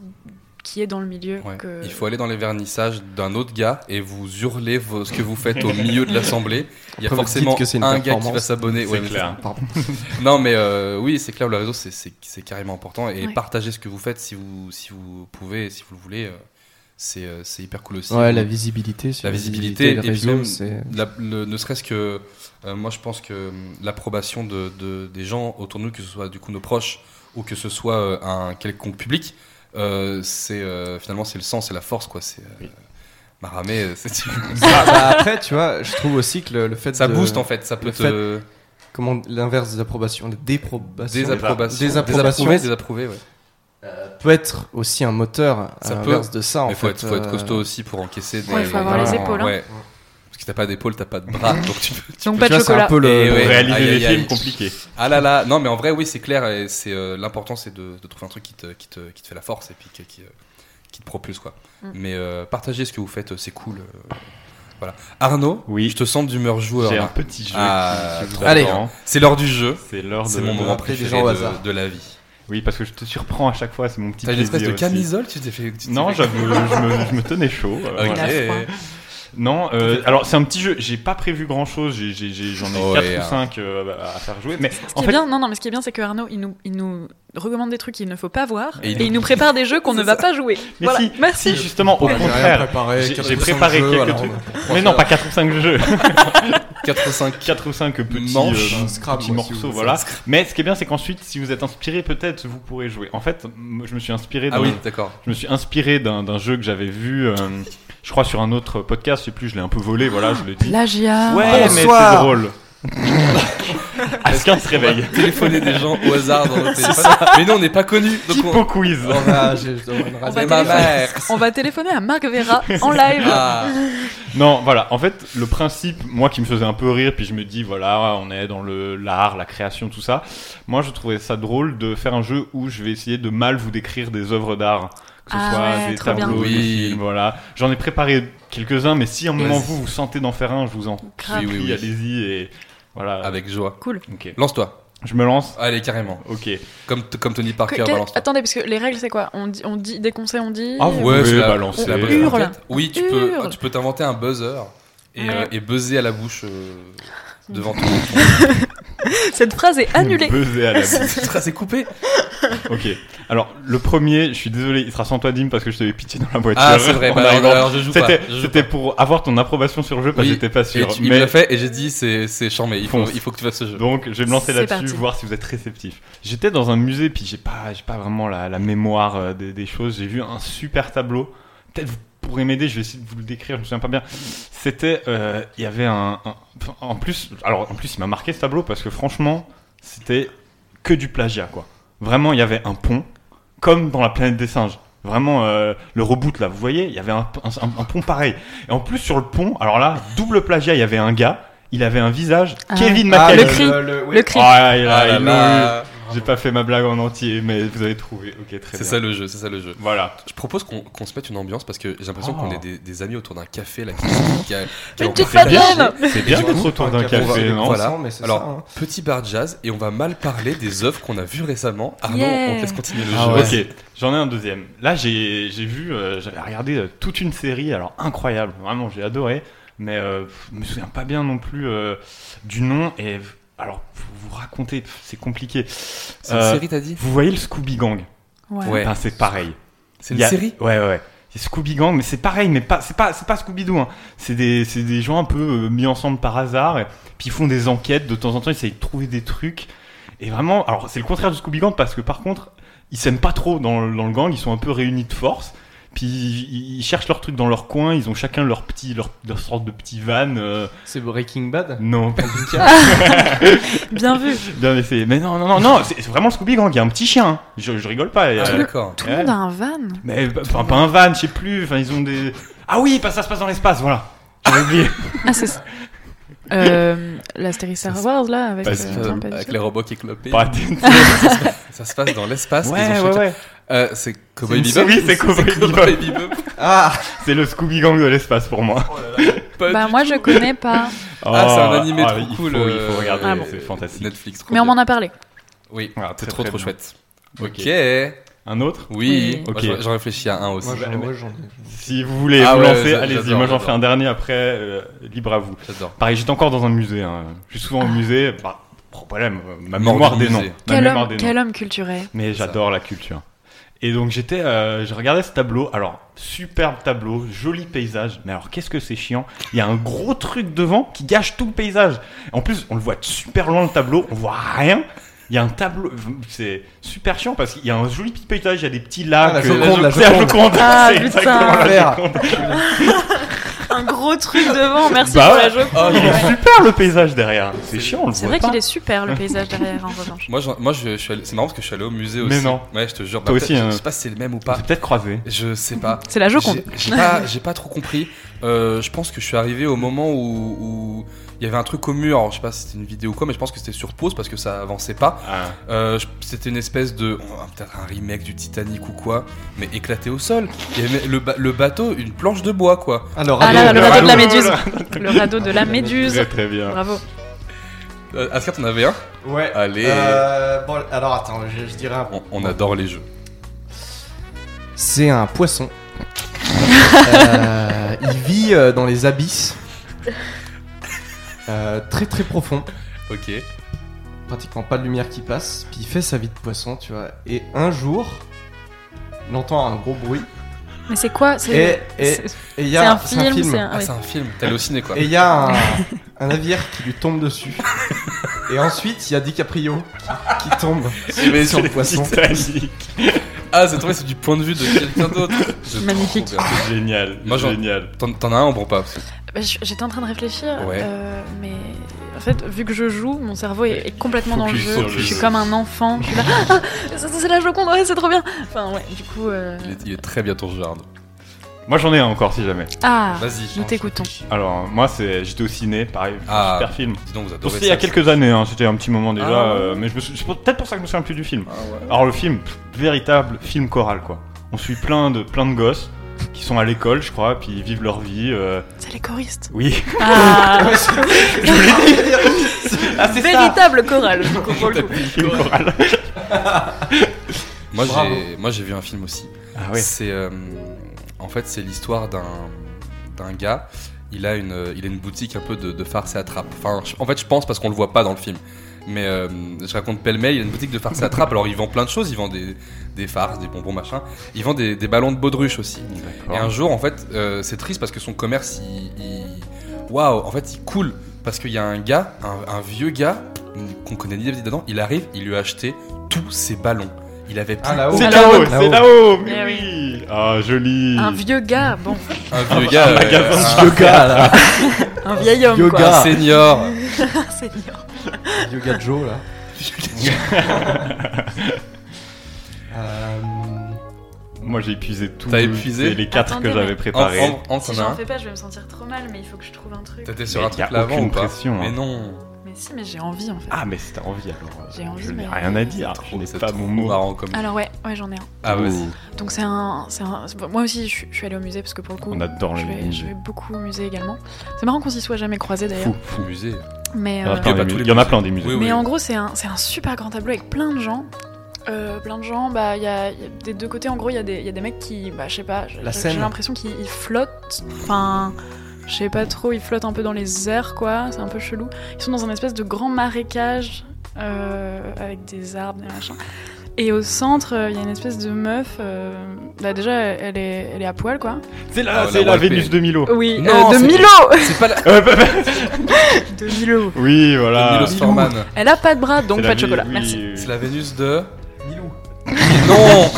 G: qui est dans le milieu
F: Ouais.
G: que.
F: Il faut aller dans les vernissages d'un autre gars et vous hurler vos- ce que vous faites au milieu de l'assemblée. Il y a
H: Après, vous
F: forcément
H: dites que c'est une
F: un gars qui
H: performance.
F: va s'abonner.
C: C'est
F: Ouais, mais
C: clair.
H: Pardon.
F: Non, mais euh, oui, c'est clair, le réseau, c'est- c'est c'est carrément important. Et
G: Ouais.
F: partagez ce que vous faites si vous, si vous pouvez, si vous le voulez. euh, C'est euh, c'est hyper cool aussi.
H: Ouais, la visibilité. c'est-
F: La visibilité,
H: le
F: et puis
H: réseau,
F: même,
H: c'est-
F: la- le- ne serait-ce que, euh, moi je pense que hum, l'approbation de, de- des gens autour de nous, que ce soit du coup nos proches ou que ce soit euh, un quelconque public, euh, c'est euh, finalement c'est le sens, c'est la force quoi. C'est euh, maramé, euh, c'est-
H: Bah, bah, après, tu vois, je trouve aussi que le, le fait
F: ça
H: de-
F: booste en fait, ça peut
H: le
F: te
H: Comment l'inverse des approbations, des déprobations
F: désapprobation,
H: Désapprobation.
F: désapprouver, désapprouver, ouais.
H: peut être aussi un moteur à
F: Ça peut.
H: l'inverse de ça. En
F: Mais faut
H: fait,
F: être, faut être
H: euh,
F: costaud aussi pour encaisser. Des,
G: Ouais, faut avoir
H: les
G: épaules, hein.
F: ouais. Parce que t'as pas d'épaule, t'as pas de bras, donc tu peux.
G: Donc
H: tu
G: pas de
H: vois, c'est un
G: chocolat.
H: peu le-
F: Et
C: Pour
F: ouais.
C: réaliser
F: Aïe,
C: des
F: aïe,
C: films
F: aïe.
C: compliqués.
F: Ah là là, non mais en vrai oui c'est clair et c'est euh, l'important c'est de, de trouver un truc qui te, qui, te, qui te fait la force et puis qui, qui, euh, qui te propulse quoi.
G: Mm.
F: Mais euh, partagez ce que vous faites, c'est cool. euh, voilà. Arnaud,
C: Oui.
F: je te sens d'humeur joueur.
C: J'ai un
F: là.
C: petit jeu.
F: Ah,
C: qui- qui vous
F: allez.
C: attend.
F: C'est l'heure du jeu.
C: C'est l'heure de.
F: C'est mon moment
H: appeler des
F: préféré
H: gens au
F: de,
H: hasard.
F: de la vie.
C: Oui, parce que je te surprends à chaque fois, c'est mon petit
F: T'as une
C: plaisir.
F: espèce de
C: aussi.
F: camisole, tu t'es fait. tu t'es
C: Non,
F: fait-
C: j'avoue, je, me, je me tenais chaud. euh,
F: Ok.
C: voilà.
H: hein.
C: Non, euh, alors c'est un petit jeu, j'ai pas prévu grand chose, j'ai- j'ai- j'ai- j'en ai
F: Ouais,
C: 4
F: hein.
C: ou 5 à faire jouer, mais
G: Ce qui
C: en
G: est
C: fait,
G: bien, non, non, mais ce qui est bien, c'est que Arnaud, il nous, il nous recommande des trucs qu'il ne faut pas voir
F: Et
G: et
F: il
G: il,
F: nous-
G: nous prépare des jeux qu'on ne va pas jouer.
C: Mais
G: voilà,
C: si,
G: merci.
C: si justement, au
H: Ouais, j'ai rien
C: contraire,
H: préparé,
C: j'ai-
H: quatre
C: j'ai
H: ou cinq
C: préparé
H: jeux,
C: quelques
H: alors,
C: trucs.
H: on-
C: mais non, pas 4 ou 5 jeux,
F: 4 ou 5.
C: 4 ou 5 petits,
F: Manches,
C: euh,
H: Scrabble,
C: petits
H: moi, si vous
C: morceaux,
H: voulez.
C: voilà. Mais ce qui est bien, c'est qu'ensuite, si vous êtes inspiré, peut-être vous pourrez jouer. En fait, m- je me suis inspiré
F: Ah
C: d'un-
F: oui, d'accord.
C: je me suis inspiré d'un d'un jeu que j'avais vu, euh, je crois, sur un autre podcast, je sais plus, je l'ai un peu volé, voilà, je le dis.
G: Plagiat.
C: Ouais, mais c'est
H: Bonsoir.
C: drôle. Askin se réveille.
F: Téléphoner des gens au hasard dans notre téléphone. Mais nous on n'est pas connus. Donc
C: Typo
F: on...
C: quiz.
H: on va- j'ai- je dois- on
G: On va
H: va-
F: Mais ma
G: téléphoner.
F: mère.
G: On va téléphoner à Marc Vera en live.
F: Ah.
C: Non, voilà. En fait, le principe, moi qui me faisait un peu rire, puis je me dis, voilà, on est dans le l'art, la création, tout ça. Moi, je trouvais ça drôle de faire un jeu où je vais essayer de mal vous décrire des œuvres d'art. Que ce
G: Ah
C: soit
G: ouais,
C: des
G: trop bien.
C: tableaux, des
F: Oui.
C: films, voilà. J'en ai préparé quelques-uns, mais si à un moment
F: Vas-y.
C: vous vous sentez d'en faire un, je vous en prie,
G: Grave.
F: Oui, ben. oui, oui.
C: allez-y et voilà.
F: Ah. Avec joie.
C: Ok.
F: Lance-toi.
C: Je me lance.
F: Allez carrément.
C: Ok.
F: Comme, comme Tony
G: Que-
F: Parker
G: quel-
F: balance.
G: Attendez, parce que les règles, c'est quoi on dit, on dit, dès qu'on sait, on dit.
C: Ah,
G: ou-
C: ouais.
F: c'est
C: pouvez
F: la-
C: balancer.
F: c'est la
C: On
F: bonne
G: hurle.
F: enquête. Oui, tu
G: On
F: peux,
G: hurle.
F: tu peux t'inventer un buzzer et,
G: Ouais.
F: euh, et buzzer à la bouche euh, devant toi.
G: Cette phrase est annulée.
C: Buzzer à la bouche.
F: C'est coupé.
C: Ok. Alors, le premier, je suis désolé, il sera sans toi, Dim, parce que je t'avais pitié dans la voiture.
F: Ah, c'est vrai.
C: en
F: Bah, alors,
C: arrivant.
F: alors, je joue pas.
C: C'était,
F: Je joue
C: c'était
F: pas.
C: pour avoir ton approbation sur le jeu parce
F: Oui,
C: que j'étais pas
F: Et
C: sûr.
F: tu, il me
C: Mais-
F: l'a fait et j'ai dit c'est c'est charmé. Il faut
C: Fonce.
F: il faut que tu fasses ce jeu.
C: donc je vais me lancer
G: C'est
C: là-dessus,
G: parti.
C: voir si vous êtes réceptif. J'étais dans un musée, puis j'ai pas, j'ai pas vraiment la, la mémoire euh, des, des choses. J'ai vu un super tableau. Peut-être vous pourrez m'aider. Je vais essayer de vous le décrire. Je me souviens pas bien. C'était, euh, il y avait un, un- en plus, alors en plus il m'a marqué ce tableau parce que franchement, c'était que du plagiat quoi. Vraiment, il y avait un pont, comme dans la planète des singes. Vraiment, euh, le reboot là, vous voyez, il y avait un, un- un pont pareil. Et en plus sur le pont, alors là, double plagiat, il y avait un gars, il avait un visage,
G: Ah.
C: Kevin
H: Ah,
C: McAllister.
G: le cri.
H: oui.
G: Le cri.
C: Ah, il a-
F: Ah là
C: il
F: là.
C: a eu. J'ai pas fait ma blague en entier, mais vous avez trouvé. Ok,
F: C'est
C: très bien.
F: ça le jeu. C'est ça le jeu.
C: Voilà.
F: Je propose qu'on qu'on se mette une ambiance parce que j'ai l'impression
C: Oh.
F: qu'on est des, des amis autour d'un café là. Qui, qui a- qui a
G: Une petite
F: rencontré des gens.
G: madeleine.
C: C'est bien d'être autour d'un
F: on va-
C: café, non
F: voilà.
H: Mais c'est
F: Alors,
H: ça, hein.
F: petit bar jazz et on va mal parler des œuvres qu'on a vues récemment. Arnaud,
G: Yeah.
F: on te laisse continuer le
H: Ah
F: jeu.
H: ouais.
C: Ok, j'en ai un deuxième. Là, j'ai j'ai vu, euh, j'avais regardé euh, toute une série, alors incroyable, vraiment, j'ai adoré, mais euh, pff, je me souviens pas bien non plus euh, du nom. Et alors, vous vous racontez, pff, c'est compliqué.
F: C'est une
C: Euh,
F: série, t'as dit
C: Vous voyez le Scooby Gang
G: Ouais.
F: Ouais.
C: Ben, C'est pareil.
F: C'est une
C: Il y a-
F: série
C: Ouais, ouais, ouais. C'est Scooby Gang, mais c'est pareil, mais pas, c'est pas, c'est pas Scooby Doo. Hein. C'est des, c'est des gens un peu euh, mis ensemble par hasard, et, puis ils font des enquêtes de temps en temps, ils essayent de trouver des trucs. Et vraiment, alors c'est le contraire de Scooby Gang parce que par contre, ils s'aiment pas trop dans, le- dans le gang, ils sont un peu réunis de force. Puis ils, ils cherchent leur truc dans leur coin, ils ont chacun leur petit, leur, leur sorte de petit van. euh,
H: C'est Breaking Bad
C: Non, pas
G: Bien vu.
C: bien essayé. Mais non, non, non, non, c'est c'est vraiment Scooby Gang, il y a un petit chien. hein. Je, je rigole pas. euh,
F: Ah, D'accord.
G: Tout le monde a un van.
C: Mais bah, enfin, pas un van, je sais plus. Enfin, ils ont des. Ah oui, pas ça se passe dans l'espace, voilà. J'avais oublié.
G: Ah, c'est ça. Euh, L'Astérix Star Wars, là, avec,
C: Parce
G: euh,
C: que,
G: non, pas du
F: Avec
G: tout.
F: les robots qui clopent.
C: Pas été-
F: Ça se passe dans l'espace. ils ont
C: ouais, ouais,
F: chacun-
C: ouais.
F: Euh, c'est Cowboy
C: une
F: Bebop.
C: série, c'est Cowboy
F: Cowboy Bebop.
H: Ah
C: C'est le Scooby Gang de l'espace pour moi.
F: Pas
G: Bah,
F: du
G: moi,
F: tout.
G: je connais pas.
F: Ah,
C: Oh,
F: c'est un animé
C: ah,
F: trop
C: il
F: cool.
C: Faut, il
F: euh,
C: faut regarder,
G: Ah bon.
C: c'est fantastique.
F: Netflix. trop
G: Mais on
F: bien.
G: m'en a parlé.
F: Oui,
C: Ah,
F: c'est
C: très,
F: trop
C: très
F: trop
C: bien.
F: chouette.
C: Ok.
F: Ok.
C: Un autre
F: Oui.
G: Oui.
F: Moi,
C: Ok.
F: j'en- J'en réfléchis à un aussi.
H: Moi j'en
C: bah,
H: moi, j'en ai.
C: Si vous voulez
F: Ah
C: vous
F: ouais,
C: lancer,
F: j'a-
C: allez-y.
F: j'adore,
C: Moi, j'en fais
F: j'adore.
C: un dernier après, euh, libre à vous.
F: J'adore.
C: Pareil, j'étais encore dans un musée. hein. Je suis souvent au musée. Bah, problème, euh, ma
F: Ah. Mort
C: mémoire
F: du
C: des noms.
F: musée.
C: Ma
G: Quel
C: mémoire
G: homme,
C: des noms.
G: quel homme culturé.
C: Mais
F: C'est ça.
C: j'adore la culture. Et donc j'étais, euh, je regardais ce tableau. Alors superbe tableau, joli paysage. Mais alors qu'est-ce que c'est chiant Il y a un gros truc devant qui gâche tout le paysage. En plus, on le voit super loin le tableau, on voit rien. Il y a un tableau, c'est super chiant parce qu'il y a un joli petit paysage, il y a des petits lacs.
H: Ah, la
C: euh,
H: Joconde, la
C: c'est
H: Joconde.
C: Joconde,
G: Ah,
C: c'est
G: putain.
C: exactement la
H: Vert.
C: Joconde.
G: Un gros truc devant, merci
C: Bah
G: pour
C: ouais.
G: la joke.
F: Oh,
C: Il est super le paysage derrière. C'est chiant, on le
G: C'est
C: voit
G: vrai
C: pas.
G: qu'il est super le paysage derrière en revanche.
F: Moi, j'en- moi je, je suis allé- c'est marrant parce que je suis allé au musée aussi.
C: Mais non.
F: Ouais, je te jure.
C: Toi aussi,
F: peut-être-
C: hein.
F: Je sais pas si c'est le même ou
C: On
F: pas.
C: s'est peut-être croisé.
F: Je sais pas.
G: C'est la joconde.
F: J'ai j'ai pas, j'ai pas trop compris. Euh, je pense que je suis arrivé au moment où où il y avait un truc au mur. Alors, je sais pas si c'était une vidéo ou quoi, mais je pense que c'était sur pause parce que ça avançait pas.
C: Ah,
F: Euh, je- c'était une espèce de oh, peut-être un remake du Titanic ou quoi, mais éclaté au sol. Il y avait le, ba- le bateau, une planche de bois quoi.
H: Alors,
G: Ah là,
H: allez,
G: le radeau de la
C: radeau,
G: méduse. Le radeau de la méduse.
C: Très très bien.
G: Bravo.
F: Euh, Ascar, t'en avais un
H: Ouais.
F: Allez.
H: Euh, bon, alors attends, je, je dirais un-
F: on, on adore les jeux.
H: C'est un poisson. Euh, il vit euh, dans les abysses. Euh, très très profond.
F: Ok.
H: Pratiquement pas de lumière qui passe. Puis il fait sa vie de poisson, tu vois. Et un jour, il entend un gros bruit.
G: Mais c'est quoi C'est
H: Et et-
G: c'est-
H: et il y
G: c'est
H: a
G: un film, c'est un.
F: Ah,
G: oui.
F: c'est un film. T'as allé au ciné quoi.
H: Et il y a un, un navire qui lui tombe dessus. Et ensuite, il y a DiCaprio qui, qui tombe
F: Mais
H: sur le poisson.
C: Titanic.
F: Eh ben, Ah, c'est tombé, c'est du point de vue de quelqu'un d'autre. Je
G: Magnifique.
F: trouve bien.
C: Génial.
F: Moi, j'en-
C: génial.
F: T'en t'en as un, bon pas. parce que-
G: Bah, je- J'étais en train de réfléchir,
F: Ouais.
G: euh, mais en fait, vu que je joue, mon cerveau est, est complètement dans le
C: Focus
G: jeu.
C: sur le
G: Je suis
C: jeu.
G: comme un enfant. Je suis là, Ah, ça, ça, c'est la Joconde, ouais, c'est trop bien. Enfin, ouais, du coup. euh,
F: Il est, il est très bien ton jeu, Arnaud.
C: Moi j'en ai un encore si jamais.
G: Ah,
F: Vas-y. change.
G: nous t'écoutons.
C: Alors moi c'est j'étais au ciné, pareil,
F: Ah.
C: super film.
F: Dis donc, vous adorez
C: Donc,
F: ça.
C: C'était il y a quelques années, hein, c'était un petit moment déjà,
F: Ah.
C: euh, mais je me sou- c'est pour- peut-être pour ça que je me souviens plus du film.
F: Ah ouais.
C: Alors le film, pff, véritable film choral quoi. On suit plein de plein de gosses qui sont à l'école, je crois, puis ils vivent leur vie. euh,
G: C'est les choristes.
C: Oui.
G: Ah,
C: Ah c'est ça.
G: véritable chorale, je comprends le coup.
C: Film choral.
F: Moi,
H: Bravo.
F: j'ai- Moi, j'ai vu un film aussi.
C: Ah ouais.
F: C'est euh, en fait c'est l'histoire d'un d'un gars. Il a une euh, il a une boutique un peu de, de farce et attrape. Enfin, je- en fait, je pense parce qu'on le voit pas dans le film. Mais euh, je raconte pêle-mêle, il a une boutique de farce et attrape. Alors, il vend plein de choses. Il vend des, des farces, des bonbons, machin. Il vend des, des ballons de baudruche aussi. Et un jour, en fait, euh, c'est triste parce que son commerce, il. il- Waouh, en fait, il coule. Parce qu'il y a un gars, un, un vieux gars, qu'on connaît ni David dedans, il arrive, il lui a acheté tous ses ballons. Il avait plus
H: Ah, là-haut.
C: C'est
G: Ah,
C: là-haut,
H: là-haut.
C: c'est là-haut.
G: Eh
C: Mais
G: oui.
C: oui. Ah joli.
G: Un vieux gars, bon,
F: un vieux gars, euh,
C: magasin.
F: un-
H: Yoga là
G: un vieil homme
F: un,
H: Yoga.
F: senior.
G: quoi. Seigneur.
H: Yoga Joe là. Euh,
C: Moi j'ai épuisé tout.
F: T'as épuisé
C: c'est Les quatre
G: Attendez,
C: que j'avais
G: mais-
C: préparés.
F: En- en- en- t'en
G: Si
F: as
G: j'en
F: un.
G: fais pas, je vais me sentir trop mal, mais il faut que je trouve un truc.
F: T'étais sur
C: Mais
F: un
C: y a
F: truc là-avant
C: aucune
F: ou pas
C: pression, hein.
F: Mais non.
G: Mais si, mais j'ai envie en fait.
C: Ah mais si t'as envie alors. euh,
G: J'ai envie,
C: Je n'ai
G: mais-
C: rien à dire. Je n'ai
F: Oh, C'est
C: pas
F: trop
C: mon mot.
F: marrant comme.
G: Alors ouais, ouais j'en ai un.
F: Ah, vas-y.
G: Donc c'est un, c'est un- c'est- moi aussi je, suis- je suis allée au musée parce que pour le coup,
C: On adore
G: je
C: les
G: vais, je
C: musées.
G: vais beaucoup au musée également. C'est marrant qu'on s'y soit jamais croisés d'ailleurs.
C: Fou.
F: Au musée.
G: Mais,
C: Il y en a
G: euh,
C: plein,
F: pas tous
C: des musées.
F: les
C: Il y en a
F: musées.
C: plein des musées.
F: Oui, oui.
G: mais en gros c'est un, c'est un super grand tableau avec plein de gens. Euh, plein de gens, bah il y, a il y a des deux côtés en gros il y, a des- il y a des mecs qui, bah je sais pas, j'ai
H: La
G: j'ai-
H: Seine.
G: j'ai l'impression qu'ils ils flottent, enfin je sais pas trop, ils flottent un peu dans les airs quoi, c'est un peu chelou. Ils sont dans un espèce de grand marécage euh, avec des arbres, des machins. Et au centre, euh, il y a une espèce de meuf. euh, bah déjà, elle est, elle est à poil, quoi.
C: C'est la,
F: Ah,
C: c'est
F: la
C: la
F: Walpé.
C: Vénus de Milo.
G: Oui, euh,
F: Non,
G: de
F: c'est-
G: Milo
F: C'est pas la.
C: Euh, bah, bah,
G: De Milo.
C: oui, voilà.
F: Milos Forman.
G: Elle a pas de bras,
C: C'est
G: donc
C: la
G: pas de
C: Vé-
G: chocolat.
C: oui,
G: Merci.
C: oui.
F: C'est la Vénus de.
H: Milou.
F: Mais non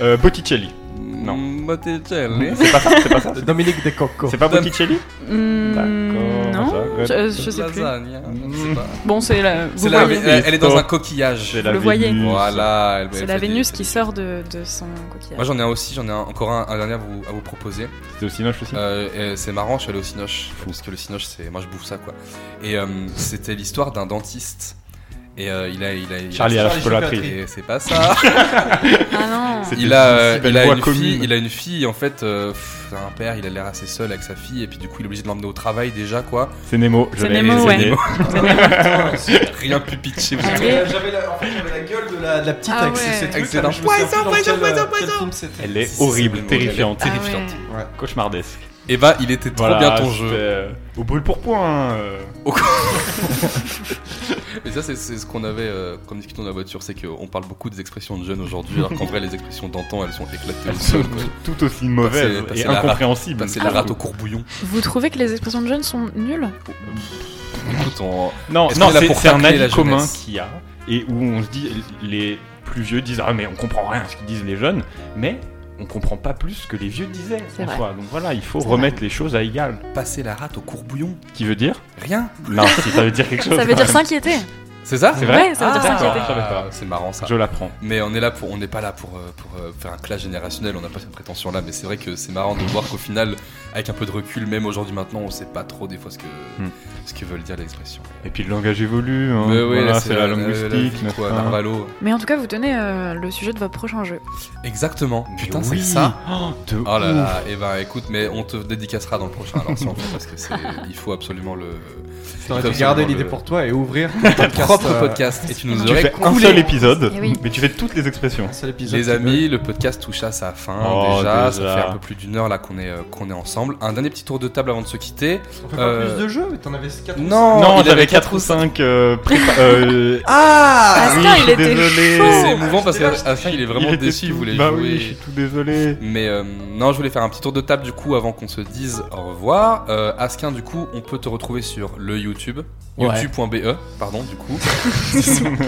C: Euh, Botticelli. Non.
F: Botticelli.
C: C'est pas ça, c'est pas ça.
H: Dominique Decocco.
C: C'est pas Botticelli
G: Hmm,
C: D'accord,
G: Non,
C: ça
G: je, je sais plus.
F: Lasagne, hein, je sais pas.
G: Bon, c'est la.
F: C'est
G: Vous
F: la-
G: voyez.
F: elle, elle est dans
C: Oh.
F: un coquillage.
C: Mm. C'est la
G: le voyez.
C: Vénus.
F: Voilà. elle-
G: C'est
F: elle
G: la
F: fait des-
G: Vénus qui sort de, de son coquillage.
F: Moi j'en ai un aussi, j'en ai un- encore un, un dernier à vous, à vous proposer.
C: C'était aussi moche aussi.
F: Euh, et c'est marrant, je suis allé au Cinoche, parce que le Cinoche, c'est moi je bouffe ça quoi. Et euh, c'était l'histoire d'un dentiste. Et euh, il a, il a, il a-
C: Charlie à la
H: Charlie
C: chocolaterie.
H: chocolaterie.
F: Et c'est pas ça.
G: Ah non
C: C'est-
F: il a, euh,
C: C'était une
F: il a
C: voix
F: une
C: commune.
F: fille, il a une fille. En fait, euh, pff, c'est un père, il a l'air assez seul avec sa fille, et puis du coup, il est obligé de l'emmener au travail déjà quoi.
C: C'est Nemo, je
G: C'est
C: l'ai
G: Nemo,
C: c'est
G: ouais.
C: Nemo.
F: Rien plus pitché. vous savez.
G: Allez.
H: Euh, J'avais la, en fait, j'avais la gueule de la, de la petite
G: Ah
H: avec
G: ouais.
H: ses- ses trucs.
F: Excellent.
H: là, mais je me souviens plus dans
E: poison,
H: quel,
E: poison,
H: euh, quel
E: poison.
H: film c'était.
C: Elle
F: Si,
C: est
F: si,
C: horrible,
F: c'est Nemo,
C: terrifiante,
G: Ah ouais.
F: terrifiante.
C: cauchemardesque.
F: Et bah, il était trop
C: Voilà,
F: bien ton
C: c'était,
F: jeu.
C: euh, Au brûle pour point. euh.
F: Et ça, c'est c'est ce qu'on avait euh, comme discussion dans la voiture, c'est qu'on parle beaucoup des expressions de jeunes aujourd'hui, alors qu'en vrai, les expressions d'antan, elles sont éclatées au
C: Elles sont Ah,
F: sol. quoi.
C: tout aussi mauvaises
F: passer
C: et
F: la rate-
C: incompréhensibles.
F: Passer la rate au courbouillon.
G: Vous trouvez que les expressions de jeunes sont nulles
F: Écoute, on-
C: Non,
F: Est-ce
C: non,
F: qu'on est là
C: c'est
F: pour
C: c'est un
F: tacler la
C: avis commun
F: jeunesse
C: qu'il y a et où on se dit les plus vieux disent ah mais on comprend rien à ce qu'ils disent les jeunes, mais on comprend pas plus ce que les vieux disaient
G: C'est
C: en
G: vrai.
C: soi. Donc voilà, il faut
G: C'est
C: remettre les choses à égal.
F: passer la rate au courbouillon,
C: Qui veut dire
F: rien.
C: Non, si ça veut dire quelque chose.
G: Ça veut dire s'inquiéter.
F: C'est ça
C: C'est vrai
G: Ouais, ça veut dire
F: Ah,
G: s'inquiéter.
C: je savais pas.
F: C'est marrant ça.
C: Je l'apprends.
F: Mais on est là pour, on n'est pas là pour, euh, pour euh, faire un clash générationnel. On n'a pas cette prétention là, mais c'est vrai que c'est marrant de voir qu'au final, avec un peu de recul, même aujourd'hui maintenant, on sait pas trop des fois ce que
C: Hmm.
F: ce que veulent dire les expressions.
C: Et puis le langage évolue. hein.
F: Mais oui,
C: voilà,
F: là,
C: c'est la,
F: la
C: linguistique.
F: vie, quoi,
C: machin.
F: Narvalo.
G: Mais en tout cas, vous tenez euh, le sujet de votre prochain jeu.
F: Exactement.
C: Mais
F: Putain,
C: oui.
F: c'est ça.
C: Oh, de
F: Oh là
C: ouf.
F: là. Et ben écoute, mais on te dédicacera dans le prochain alors ça, on fait, parce que c'est, il faut absolument le.
H: T'aurais
F: il faut
H: dû garder
F: absolument
H: l'idée
F: le-
H: pour toi et ouvrir ton
F: ton propre
H: euh,
F: podcast et tu nous
G: Tu
C: Tu
F: aurais
C: fais un
F: coulé.
C: seul épisode,
G: Eh oui.
C: mais tu fais toutes les expressions.
H: un seul épisode
F: Les
H: qui
F: amis, le podcast touche à sa fin
C: Oh,
F: déjà. Ça
C: déjà.
F: fait un peu plus d'une heure là qu'on est, euh, qu'on est ensemble. Un dernier petit tour de table avant de se quitter.
H: peut- On fait pas
F: Euh,
H: plus de jeux, mais t'en avais 4
F: Non,
C: non,
F: Oh, il
C: j'avais
F: avait
C: 4
F: quatre
C: ou 5 euh, prépa- euh,
H: Ah
G: Pascal,
C: oui, je
G: il
C: suis
G: était
C: désolé.
G: chaud.
F: C'est émouvant parce
H: j'étais là,
F: qu'à la fin il est vraiment
C: Ah, était
F: déçu, il
C: tout-
F: voulait
C: bah
F: jouer.
C: oui, je suis tout désolé.
F: Mais euh, non, je voulais faire un petit tour de table du coup avant qu'on se dise au revoir. Euh, Askin, du coup, on peut te retrouver sur le YouTube,
H: Ouais.
F: youtube.be, pardon, du coup,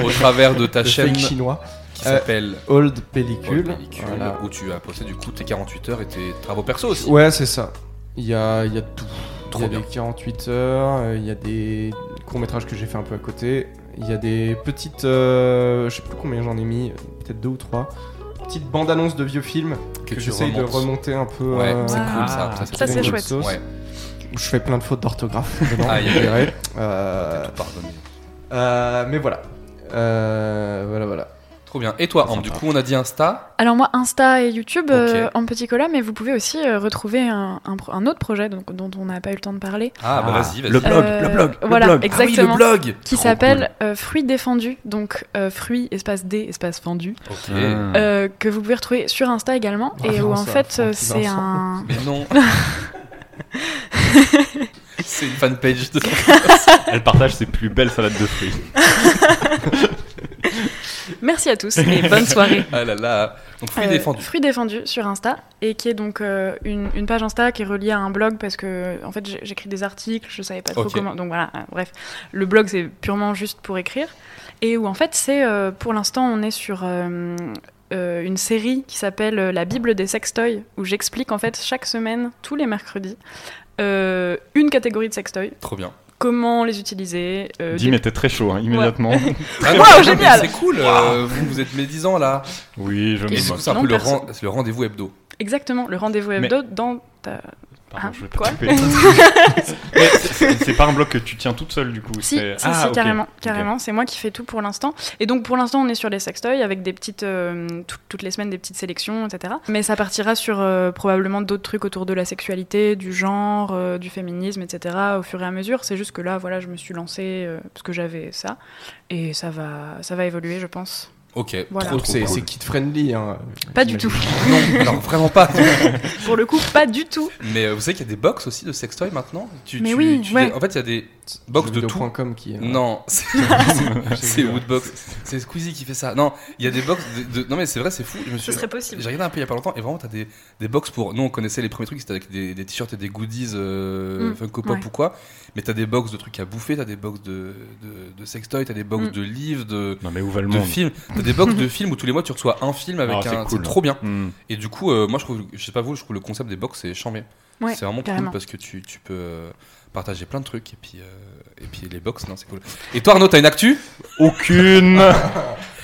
F: au travers de ta
H: Le
F: chaîne
H: fake chinois.
F: qui
H: Euh,
F: s'appelle
H: Old Pellicule.
F: Old Pellicule,
H: Voilà.
F: où tu as posté du coup tes 48 heures et tes travaux perso aussi.
H: Ouais, c'est ça. Il y a, il y a tout.
F: Trop
H: il y a
F: bien.
H: des 48 heures, euh, il y a des courts-métrages que j'ai fait un peu à côté. Il y a des petites. euh, je sais plus combien j'en ai mis, peut-être deux ou trois. Petites bandes-annonces de vieux films que, j'essaye de remonter un peu.
F: Ouais,
H: euh,
F: c'est
G: Wow.
F: cool ça. Ça,
G: Ça,
F: trop
G: c'est
F: cool.
G: chouette.
H: sauce.
F: Ouais, Ah,
H: Je fais plein de fautes d'orthographe dedans,
F: Aïe,
H: vous
F: aïe, aïe.
H: verrez. Euh,
F: pardonné.
H: euh, mais voilà. Euh, voilà, voilà.
F: Trop bien. Et toi, Ambre, du coup, on a dit Insta.
G: Alors moi, Insta et YouTube
F: Ok.
G: euh, en petit cola, mais vous pouvez aussi euh, retrouver un, un pro- un autre projet donc- dont on n'a pas eu le temps de parler,
F: Ah, bah
H: Ah,
F: vas-y, vas-y.
C: le blog,
G: Euh,
C: le blog, le
G: voilà,
C: blog.
G: ex- exactement.
F: Ah oui, le blog.
G: qui
F: Trop
G: s'appelle euh, Fruits défendus, donc euh, fruits espace D espace fendu,
F: cool. Ok.
C: Ah.
G: euh, que vous pouvez retrouver sur Insta également, et où en
H: Référence à
G: fait euh,
H: Francky
G: c'est un...
F: Mais non. c'est une fanpage de.
C: Elle partage ses plus belles salades de fruits.
G: Merci à tous et bonne soirée
F: Ah là là. Donc, fruits
G: Euh,
F: défendus.
G: Fruits défendus sur Insta et qui est donc euh, une, une page Insta qui est reliée à un blog parce que en fait j'ai- j'écris des articles, je savais pas trop
F: Ok.
G: comment. Donc voilà, euh, bref, le blog c'est purement juste pour écrire et où en fait c'est euh, pour l'instant on est sur euh, euh, une série qui s'appelle euh, La Bible des sextoys où j'explique en fait chaque semaine tous les mercredis euh, une catégorie de sextoys,
F: Trop bien.
G: comment les utiliser. euh,
C: Dim
G: des-
C: était très chaud, hein, immédiatement.
F: Ah,
G: Waouh,
F: mais
G: génial.
F: C'est cool. euh, vous, vous êtes médisant là.
C: Oui, je
F: Et
C: me
F: du coup,
C: moque.
F: c'est un
G: Non,
F: peu le,
G: personne.
F: ren- c'est le rendez-vous hebdo.
G: Exactement, le rendez-vous
C: Mais-
G: hebdo dans ta
C: Pardon,
G: Ah,
C: je vais pas
G: quoi
C: te couper. Mais c'est- c'est- C'est pas un blog que tu tiens toute seule, du coup.
G: Si,
C: c'est-
G: si,
C: Ah,
G: si,
C: ok.
G: carrément,
C: Ok.
G: carrément. C'est moi qui fais tout pour l'instant. Et donc pour l'instant, on est sur les sextoys avec des petites, euh, tout- toutes les semaines des petites sélections, etc. Mais ça partira sur euh, probablement d'autres trucs autour de la sexualité, du genre, euh, du féminisme, etc. Au fur et à mesure. C'est juste que là, voilà, je me suis lancée euh, parce que j'avais ça, et ça va, ça va évoluer, je pense.
F: Ok.
G: Voilà.
F: Trop,
H: Donc,
F: trop
H: c'est
F: cool.
H: c'est kid-friendly. hein,
G: Pas du
H: j'imagine.
G: tout.
F: Non, alors vraiment pas.
G: pour le coup, pas du tout.
F: Mais euh, vous savez qu'il y a des box aussi de sextoy maintenant. Tu,
G: Mais
F: tu-
G: oui,
F: tu-
G: ouais.
F: En fait, il y a des Box de tout.
H: jeuxvideo.com qui. euh,
F: Non, c'est- c'est Woodbox. C'est Squeezie qui fait ça. Non, il y a des box de, de- Non, mais c'est vrai, c'est fou. Je me
G: Ce
F: suis.
G: serait possible.
F: J'ai regardé un peu il y a pas longtemps et vraiment t'as des, des box pour. Nous on connaissait les premiers trucs, c'était avec des, des t-shirts et des goodies euh,
G: Mm,
F: Funko Pop
G: ouais.
F: ou quoi. Mais t'as des box de trucs à bouffer, t'as des box de, de, de sextoy, t'as des box
G: Mm.
F: de livres, de,
C: Non mais où va le
F: de
C: monde
F: films. T'as des box de films où tous les mois tu reçois un film avec
C: Ah, c'est
F: un. C'est
C: cool.
F: trop bien.
C: Hmm.
F: Et du coup, euh, moi je trouve, je sais pas vous, je trouve le concept des box c'est chambé.
G: Ouais,
F: c'est vraiment cool
G: carrément.
F: parce que tu, tu peux euh, partager plein de trucs et puis, euh, et puis les box, non, c'est cool. Et toi Arnaud, t'as une actu
C: Aucune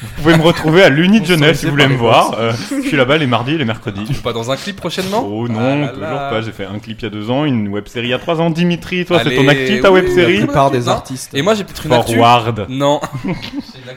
C: Vous pouvez me retrouver à l'Uni de
F: On
C: Jeunesse si
F: s'en
C: vous voulez
F: faisait
C: me
F: par les
C: voir. Euh, je suis là-bas les mardis et les mercredis.
F: Pas dans un clip prochainement
C: Oh
F: Ah
C: non,
F: là
C: toujours
F: là.
C: pas. J'ai fait un clip il y a deux ans, une web série il y a trois ans. Dimitri, toi, c'est ton
F: Allez,
C: actif ta web
F: oui.
H: La
C: série
H: plupart des
F: Non.
H: artistes.
F: Et moi j'ai peut-être une actu.
C: Forward.
F: Non.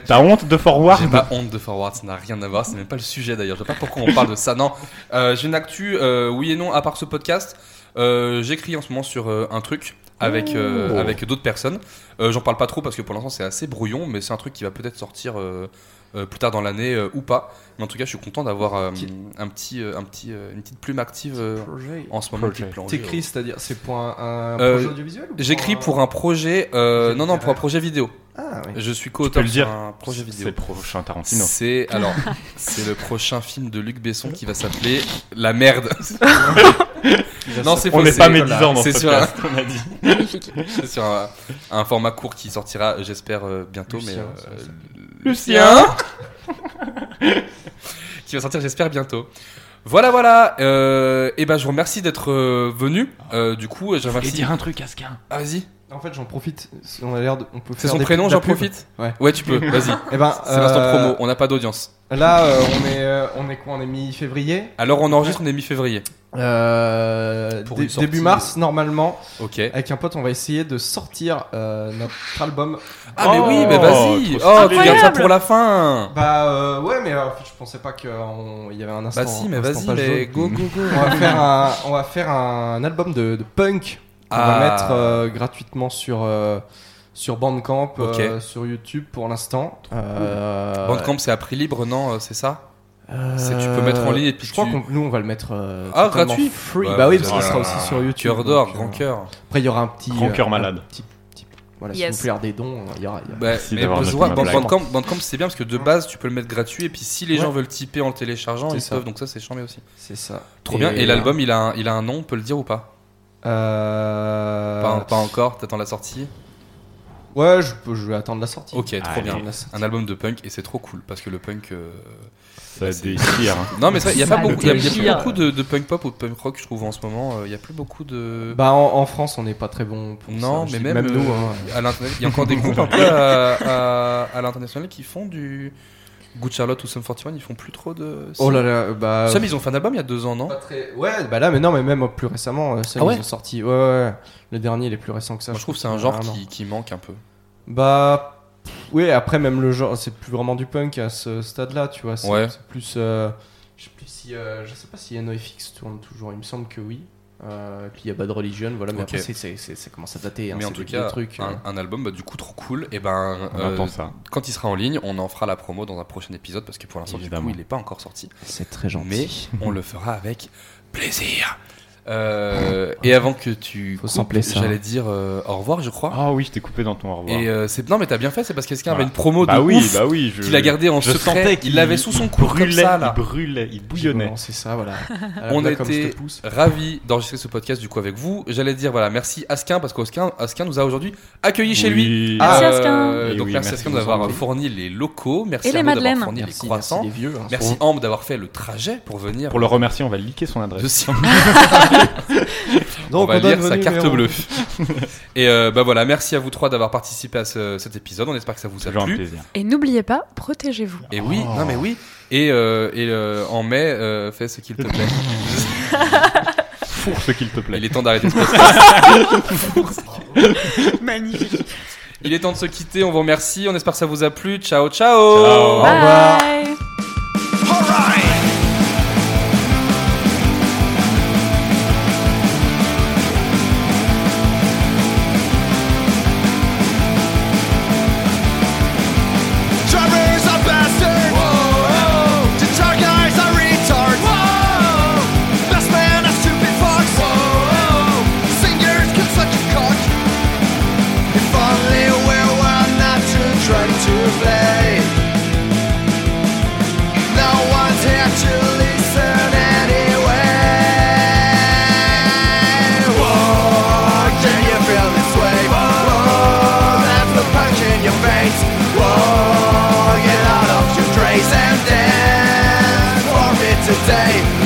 C: T'as honte de
F: J'ai
C: Forward
F: pas honte de Forward, ça n'a rien à voir, c'est même pas le sujet d'ailleurs. Je sais pas pourquoi on parle de ça. Non, Euh, j'ai une actu, euh, oui et non, à part ce podcast. Euh, J'écris en ce moment sur euh, un truc avec, euh,
C: Oh.
F: avec d'autres personnes. Euh, J'en parle pas trop parce que pour l'instant c'est assez brouillon, mais c'est un truc qui va peut-être sortir euh, euh, plus tard dans l'année euh, ou pas. Mais en tout cas, je suis content d'avoir euh,
H: Petit-
F: un petit, euh, un petit, euh, une petite plume active euh, en ce moment.
C: Projet.
F: qui plonge.
H: T'écris, c'est-à-dire, c'est pour un, un
F: Euh,
H: projet audiovisuel ou
F: J'écris pour un projet, euh,
H: Projet
F: non non, pour un
H: littéraire.
F: projet vidéo.
H: Ah, oui.
F: Je suis
C: peux
F: co-auteur
C: le
F: sur
C: dire.
F: un projet
C: C'est
F: vidéo.
C: le prochain Tarantino.
F: C'est alors c'est le prochain film de Luc Besson qui va s'appeler La merde. non, c'est faux,
C: On n'est
F: c'est-
C: pas médisant dans ce
F: C'est sur,
C: podcast, on a dit.
G: Magnifique.
F: c'est sur un, un format court qui sortira, j'espère euh, bientôt. mais
H: Lucien,
F: euh,
H: ça, ça.
F: Lucien qui va sortir, j'espère bientôt. Voilà, voilà. et ben, je vous remercie d'être euh, venu. Euh, du coup, je
C: Et
F: remercie.
C: dire un truc à ce gars.
F: Ah, vas-y.
H: En fait, j'en profite. On a l'air de. On peut
F: C'est
H: faire
F: son
H: des-
F: prénom,
H: de la
F: j'en
H: pub.
F: profite.
H: Ouais.
F: Ouais, tu peux. Vas-y.
H: Eh ben,
F: C'est l'instant
H: euh,
F: promo. On n'a pas d'audience.
H: Là, euh, on est, euh, on est quoi On est mi-février.
F: Alors, on enregistre. On est mi-février.
H: Euh,
F: Pour
H: dé-
F: une sortie-
H: début mars, normalement,
F: Ok.
H: avec un pote, on va essayer de sortir euh, notre album.
F: Ah mais
C: Oh,
F: oui, mais vas-y.
C: trop
F: Oh, tu
G: stylé.
F: gardes ça
G: Incroyable.
F: pour la fin.
H: Bah euh, ouais, mais euh, en fait, je pensais pas qu'il y avait un instant.
F: Ah. Bah si, mais
H: instant
F: vas-y,
H: page
F: mais
H: jaune.
F: go go go.
H: On va faire un, on va faire un album de, de punk. On
F: Ah.
H: va mettre euh, gratuitement sur euh, sur Bandcamp,
F: Ok.
H: euh, sur YouTube pour l'instant. Euh,
F: Bandcamp, c'est à prix libre, non euh, C'est ça
H: euh,
F: c'est- tu peux mettre en ligne et puis
H: Je crois
F: tu-
H: qu'on nous on va le mettre euh,
F: Ah,
H: totalement
F: gratuit
H: free.
F: Bah,
H: Bah, oui,
F: vous
H: parce que
F: avez-
H: ça sera aussi sur YouTube.
F: Cœur d'or,
H: donc,
F: grand
H: euh,
F: cœur.
H: Après, il y aura un petit. euh,
C: Grand cœur
H: un
C: malade.
H: petit- petit- voilà,
G: Yes.
H: si vous plaire des dons, il y aura. il y aura-
F: Bah,
C: Merci
F: mais
C: d'avoir
F: besoin,
C: noté ma
F: Band-
C: blague.
F: Bandcamp, Bandcamp, c'est bien parce que de base, tu peux le mettre gratuit et puis si les
H: Ouais.
F: gens veulent typer en le téléchargeant,
H: C'est
F: ils
H: ça.
F: peuvent. Donc ça, c'est chambé aussi.
H: C'est ça.
F: Trop bien. Et l'album, il a, un, il a un nom, on peut le dire ou pas
H: Euh,
F: pas, pas encore. T'attends la sortie.
H: Ouais, je, peux- je vais attendre la sortie.
F: Ok, trop
C: Allez.
F: bien.
H: La sortie.
F: Un album de punk et c'est trop cool parce que le punk. euh,
C: Ça déchire. hein.
F: Non mais c'est vrai, il y a pas
G: Ça
F: beaucoup, il y a- il y a plus
G: déchire.
F: beaucoup de, de punk pop ou de punk rock je trouve en ce moment. euh, Il y a plus beaucoup de.
H: Bah, en, en France, on n'est pas très bon pour
F: Non, mais
H: ça. Je dis-
F: même,
H: nous.
F: euh,
H: hein.
F: à l'interna- il y a encore des groupes un peu à, à- à l'international qui font du Good Charlotte ou Sum 41, ils font plus trop de.
H: Oh là là, bah.
F: Sum, ils ont fait un album il y a deux ans, non
H: pas très- Ouais, bah là, mais non, mais même plus récemment, euh, Sum,
F: Ah ouais
H: ils ont sorti. Ouais, ouais, ouais. Le dernier, il est plus récent que ça.
F: Moi, je trouve que c'est un
H: pense,
F: genre
H: vraiment.
F: qui, qui manque un peu.
H: Bah. pff, Oui, après, même le genre, c'est plus vraiment du punk à ce stade-là, tu vois. C'est
F: Ouais.
H: c'est plus. euh, Je sais plus si. euh, Je sais pas si NoFX tourne toujours, il me semble que oui. Euh, puis il y a Bad Religion, voilà, mais
F: Ok.
H: après, c'est- c'est- c'est- ça commence à dater. hein,
F: Mais en
H: c'est
F: tout
H: des
F: cas,
H: vieux trucs, euh.
F: un, un album bah, du coup trop cool. Et ben,
C: On
F: euh,
C: attend ça.
F: quand il sera en ligne, on en fera la promo dans un prochain épisode parce que pour l'instant, du coup,
C: Évidemment.
F: il n'est pas encore sorti.
H: C'est très
F: Mais
H: gentil.
F: on le fera avec plaisir. Euh, et avant que tu.
H: Faut
F: coupes,
H: sampler ça.
F: J'allais dire euh, au revoir, je crois.
C: Ah oui, je t'ai coupé dans ton au revoir.
F: Et euh, c'est non mais t'as bien fait, c'est parce que quelqu'un avait
C: Voilà.
F: une promo de
C: bah oui,
F: ouf
C: bah oui. Je...
F: qu'il a gardé en
C: je
F: secret.
C: sentais
F: Il
C: qu'il
F: l'avait sous son cou comme
C: brûlait,
F: ça là.
C: Il brûlait, il
H: J'ai
C: bouillonnait.
H: balancé ça, voilà. À la
F: On
H: blague comme
F: était- Euh,
H: je te pousse.
F: Ravi d'enregistrer ce podcast du coup avec vous. J'allais dire voilà merci Asquin parce qu'Asquin Asquin nous a aujourd'hui accueillis chez lui.
C: Oui.
G: Ah, Merci,
F: Euh,
G: Asquin.
F: donc
C: Et oui,
F: merci
C: merci
F: Asquin
C: de nous
F: d'avoir
C: avoir
F: fourni les locaux. Merci
G: Et les
F: Arnaud d'avoir
G: madeleines.
F: fourni
H: Merci,
F: les
H: merci
F: croissants.
H: les vieux. hein.
F: Merci, Ambre d'avoir fait le trajet pour venir.
C: Pour le remercier, on va liquer son
F: de
C: adresse.
F: Sion.
H: Donc,
F: on va
H: donne
F: lire
H: vos
F: sa carte
H: numéros.
F: bleue. Et euh, bah voilà, merci à vous trois d'avoir participé à ce- cet épisode. On espère que ça vous a
C: Toujours un
F: plu.
C: plaisir.
G: Et n'oubliez pas, protégez-vous.
F: Et oui, non mais oui. Et, euh, et euh, en mai, euh, fais ce qu'il te plaît.
C: Pour ce qu'il te plaît.
F: Il est temps d'arrêter ce podcast.
G: Magnifique.
F: Il est temps de se quitter. On vous remercie. On espère que ça vous a plu. Ciao, ciao.
C: Ciao.
F: Bye.
H: revoir.
G: Bye.
E: Driver's a bastard. Whoa. The truck guy's a retard. Whoa. Best man a stupid fox. Whoa. Singer's can such a cock. If day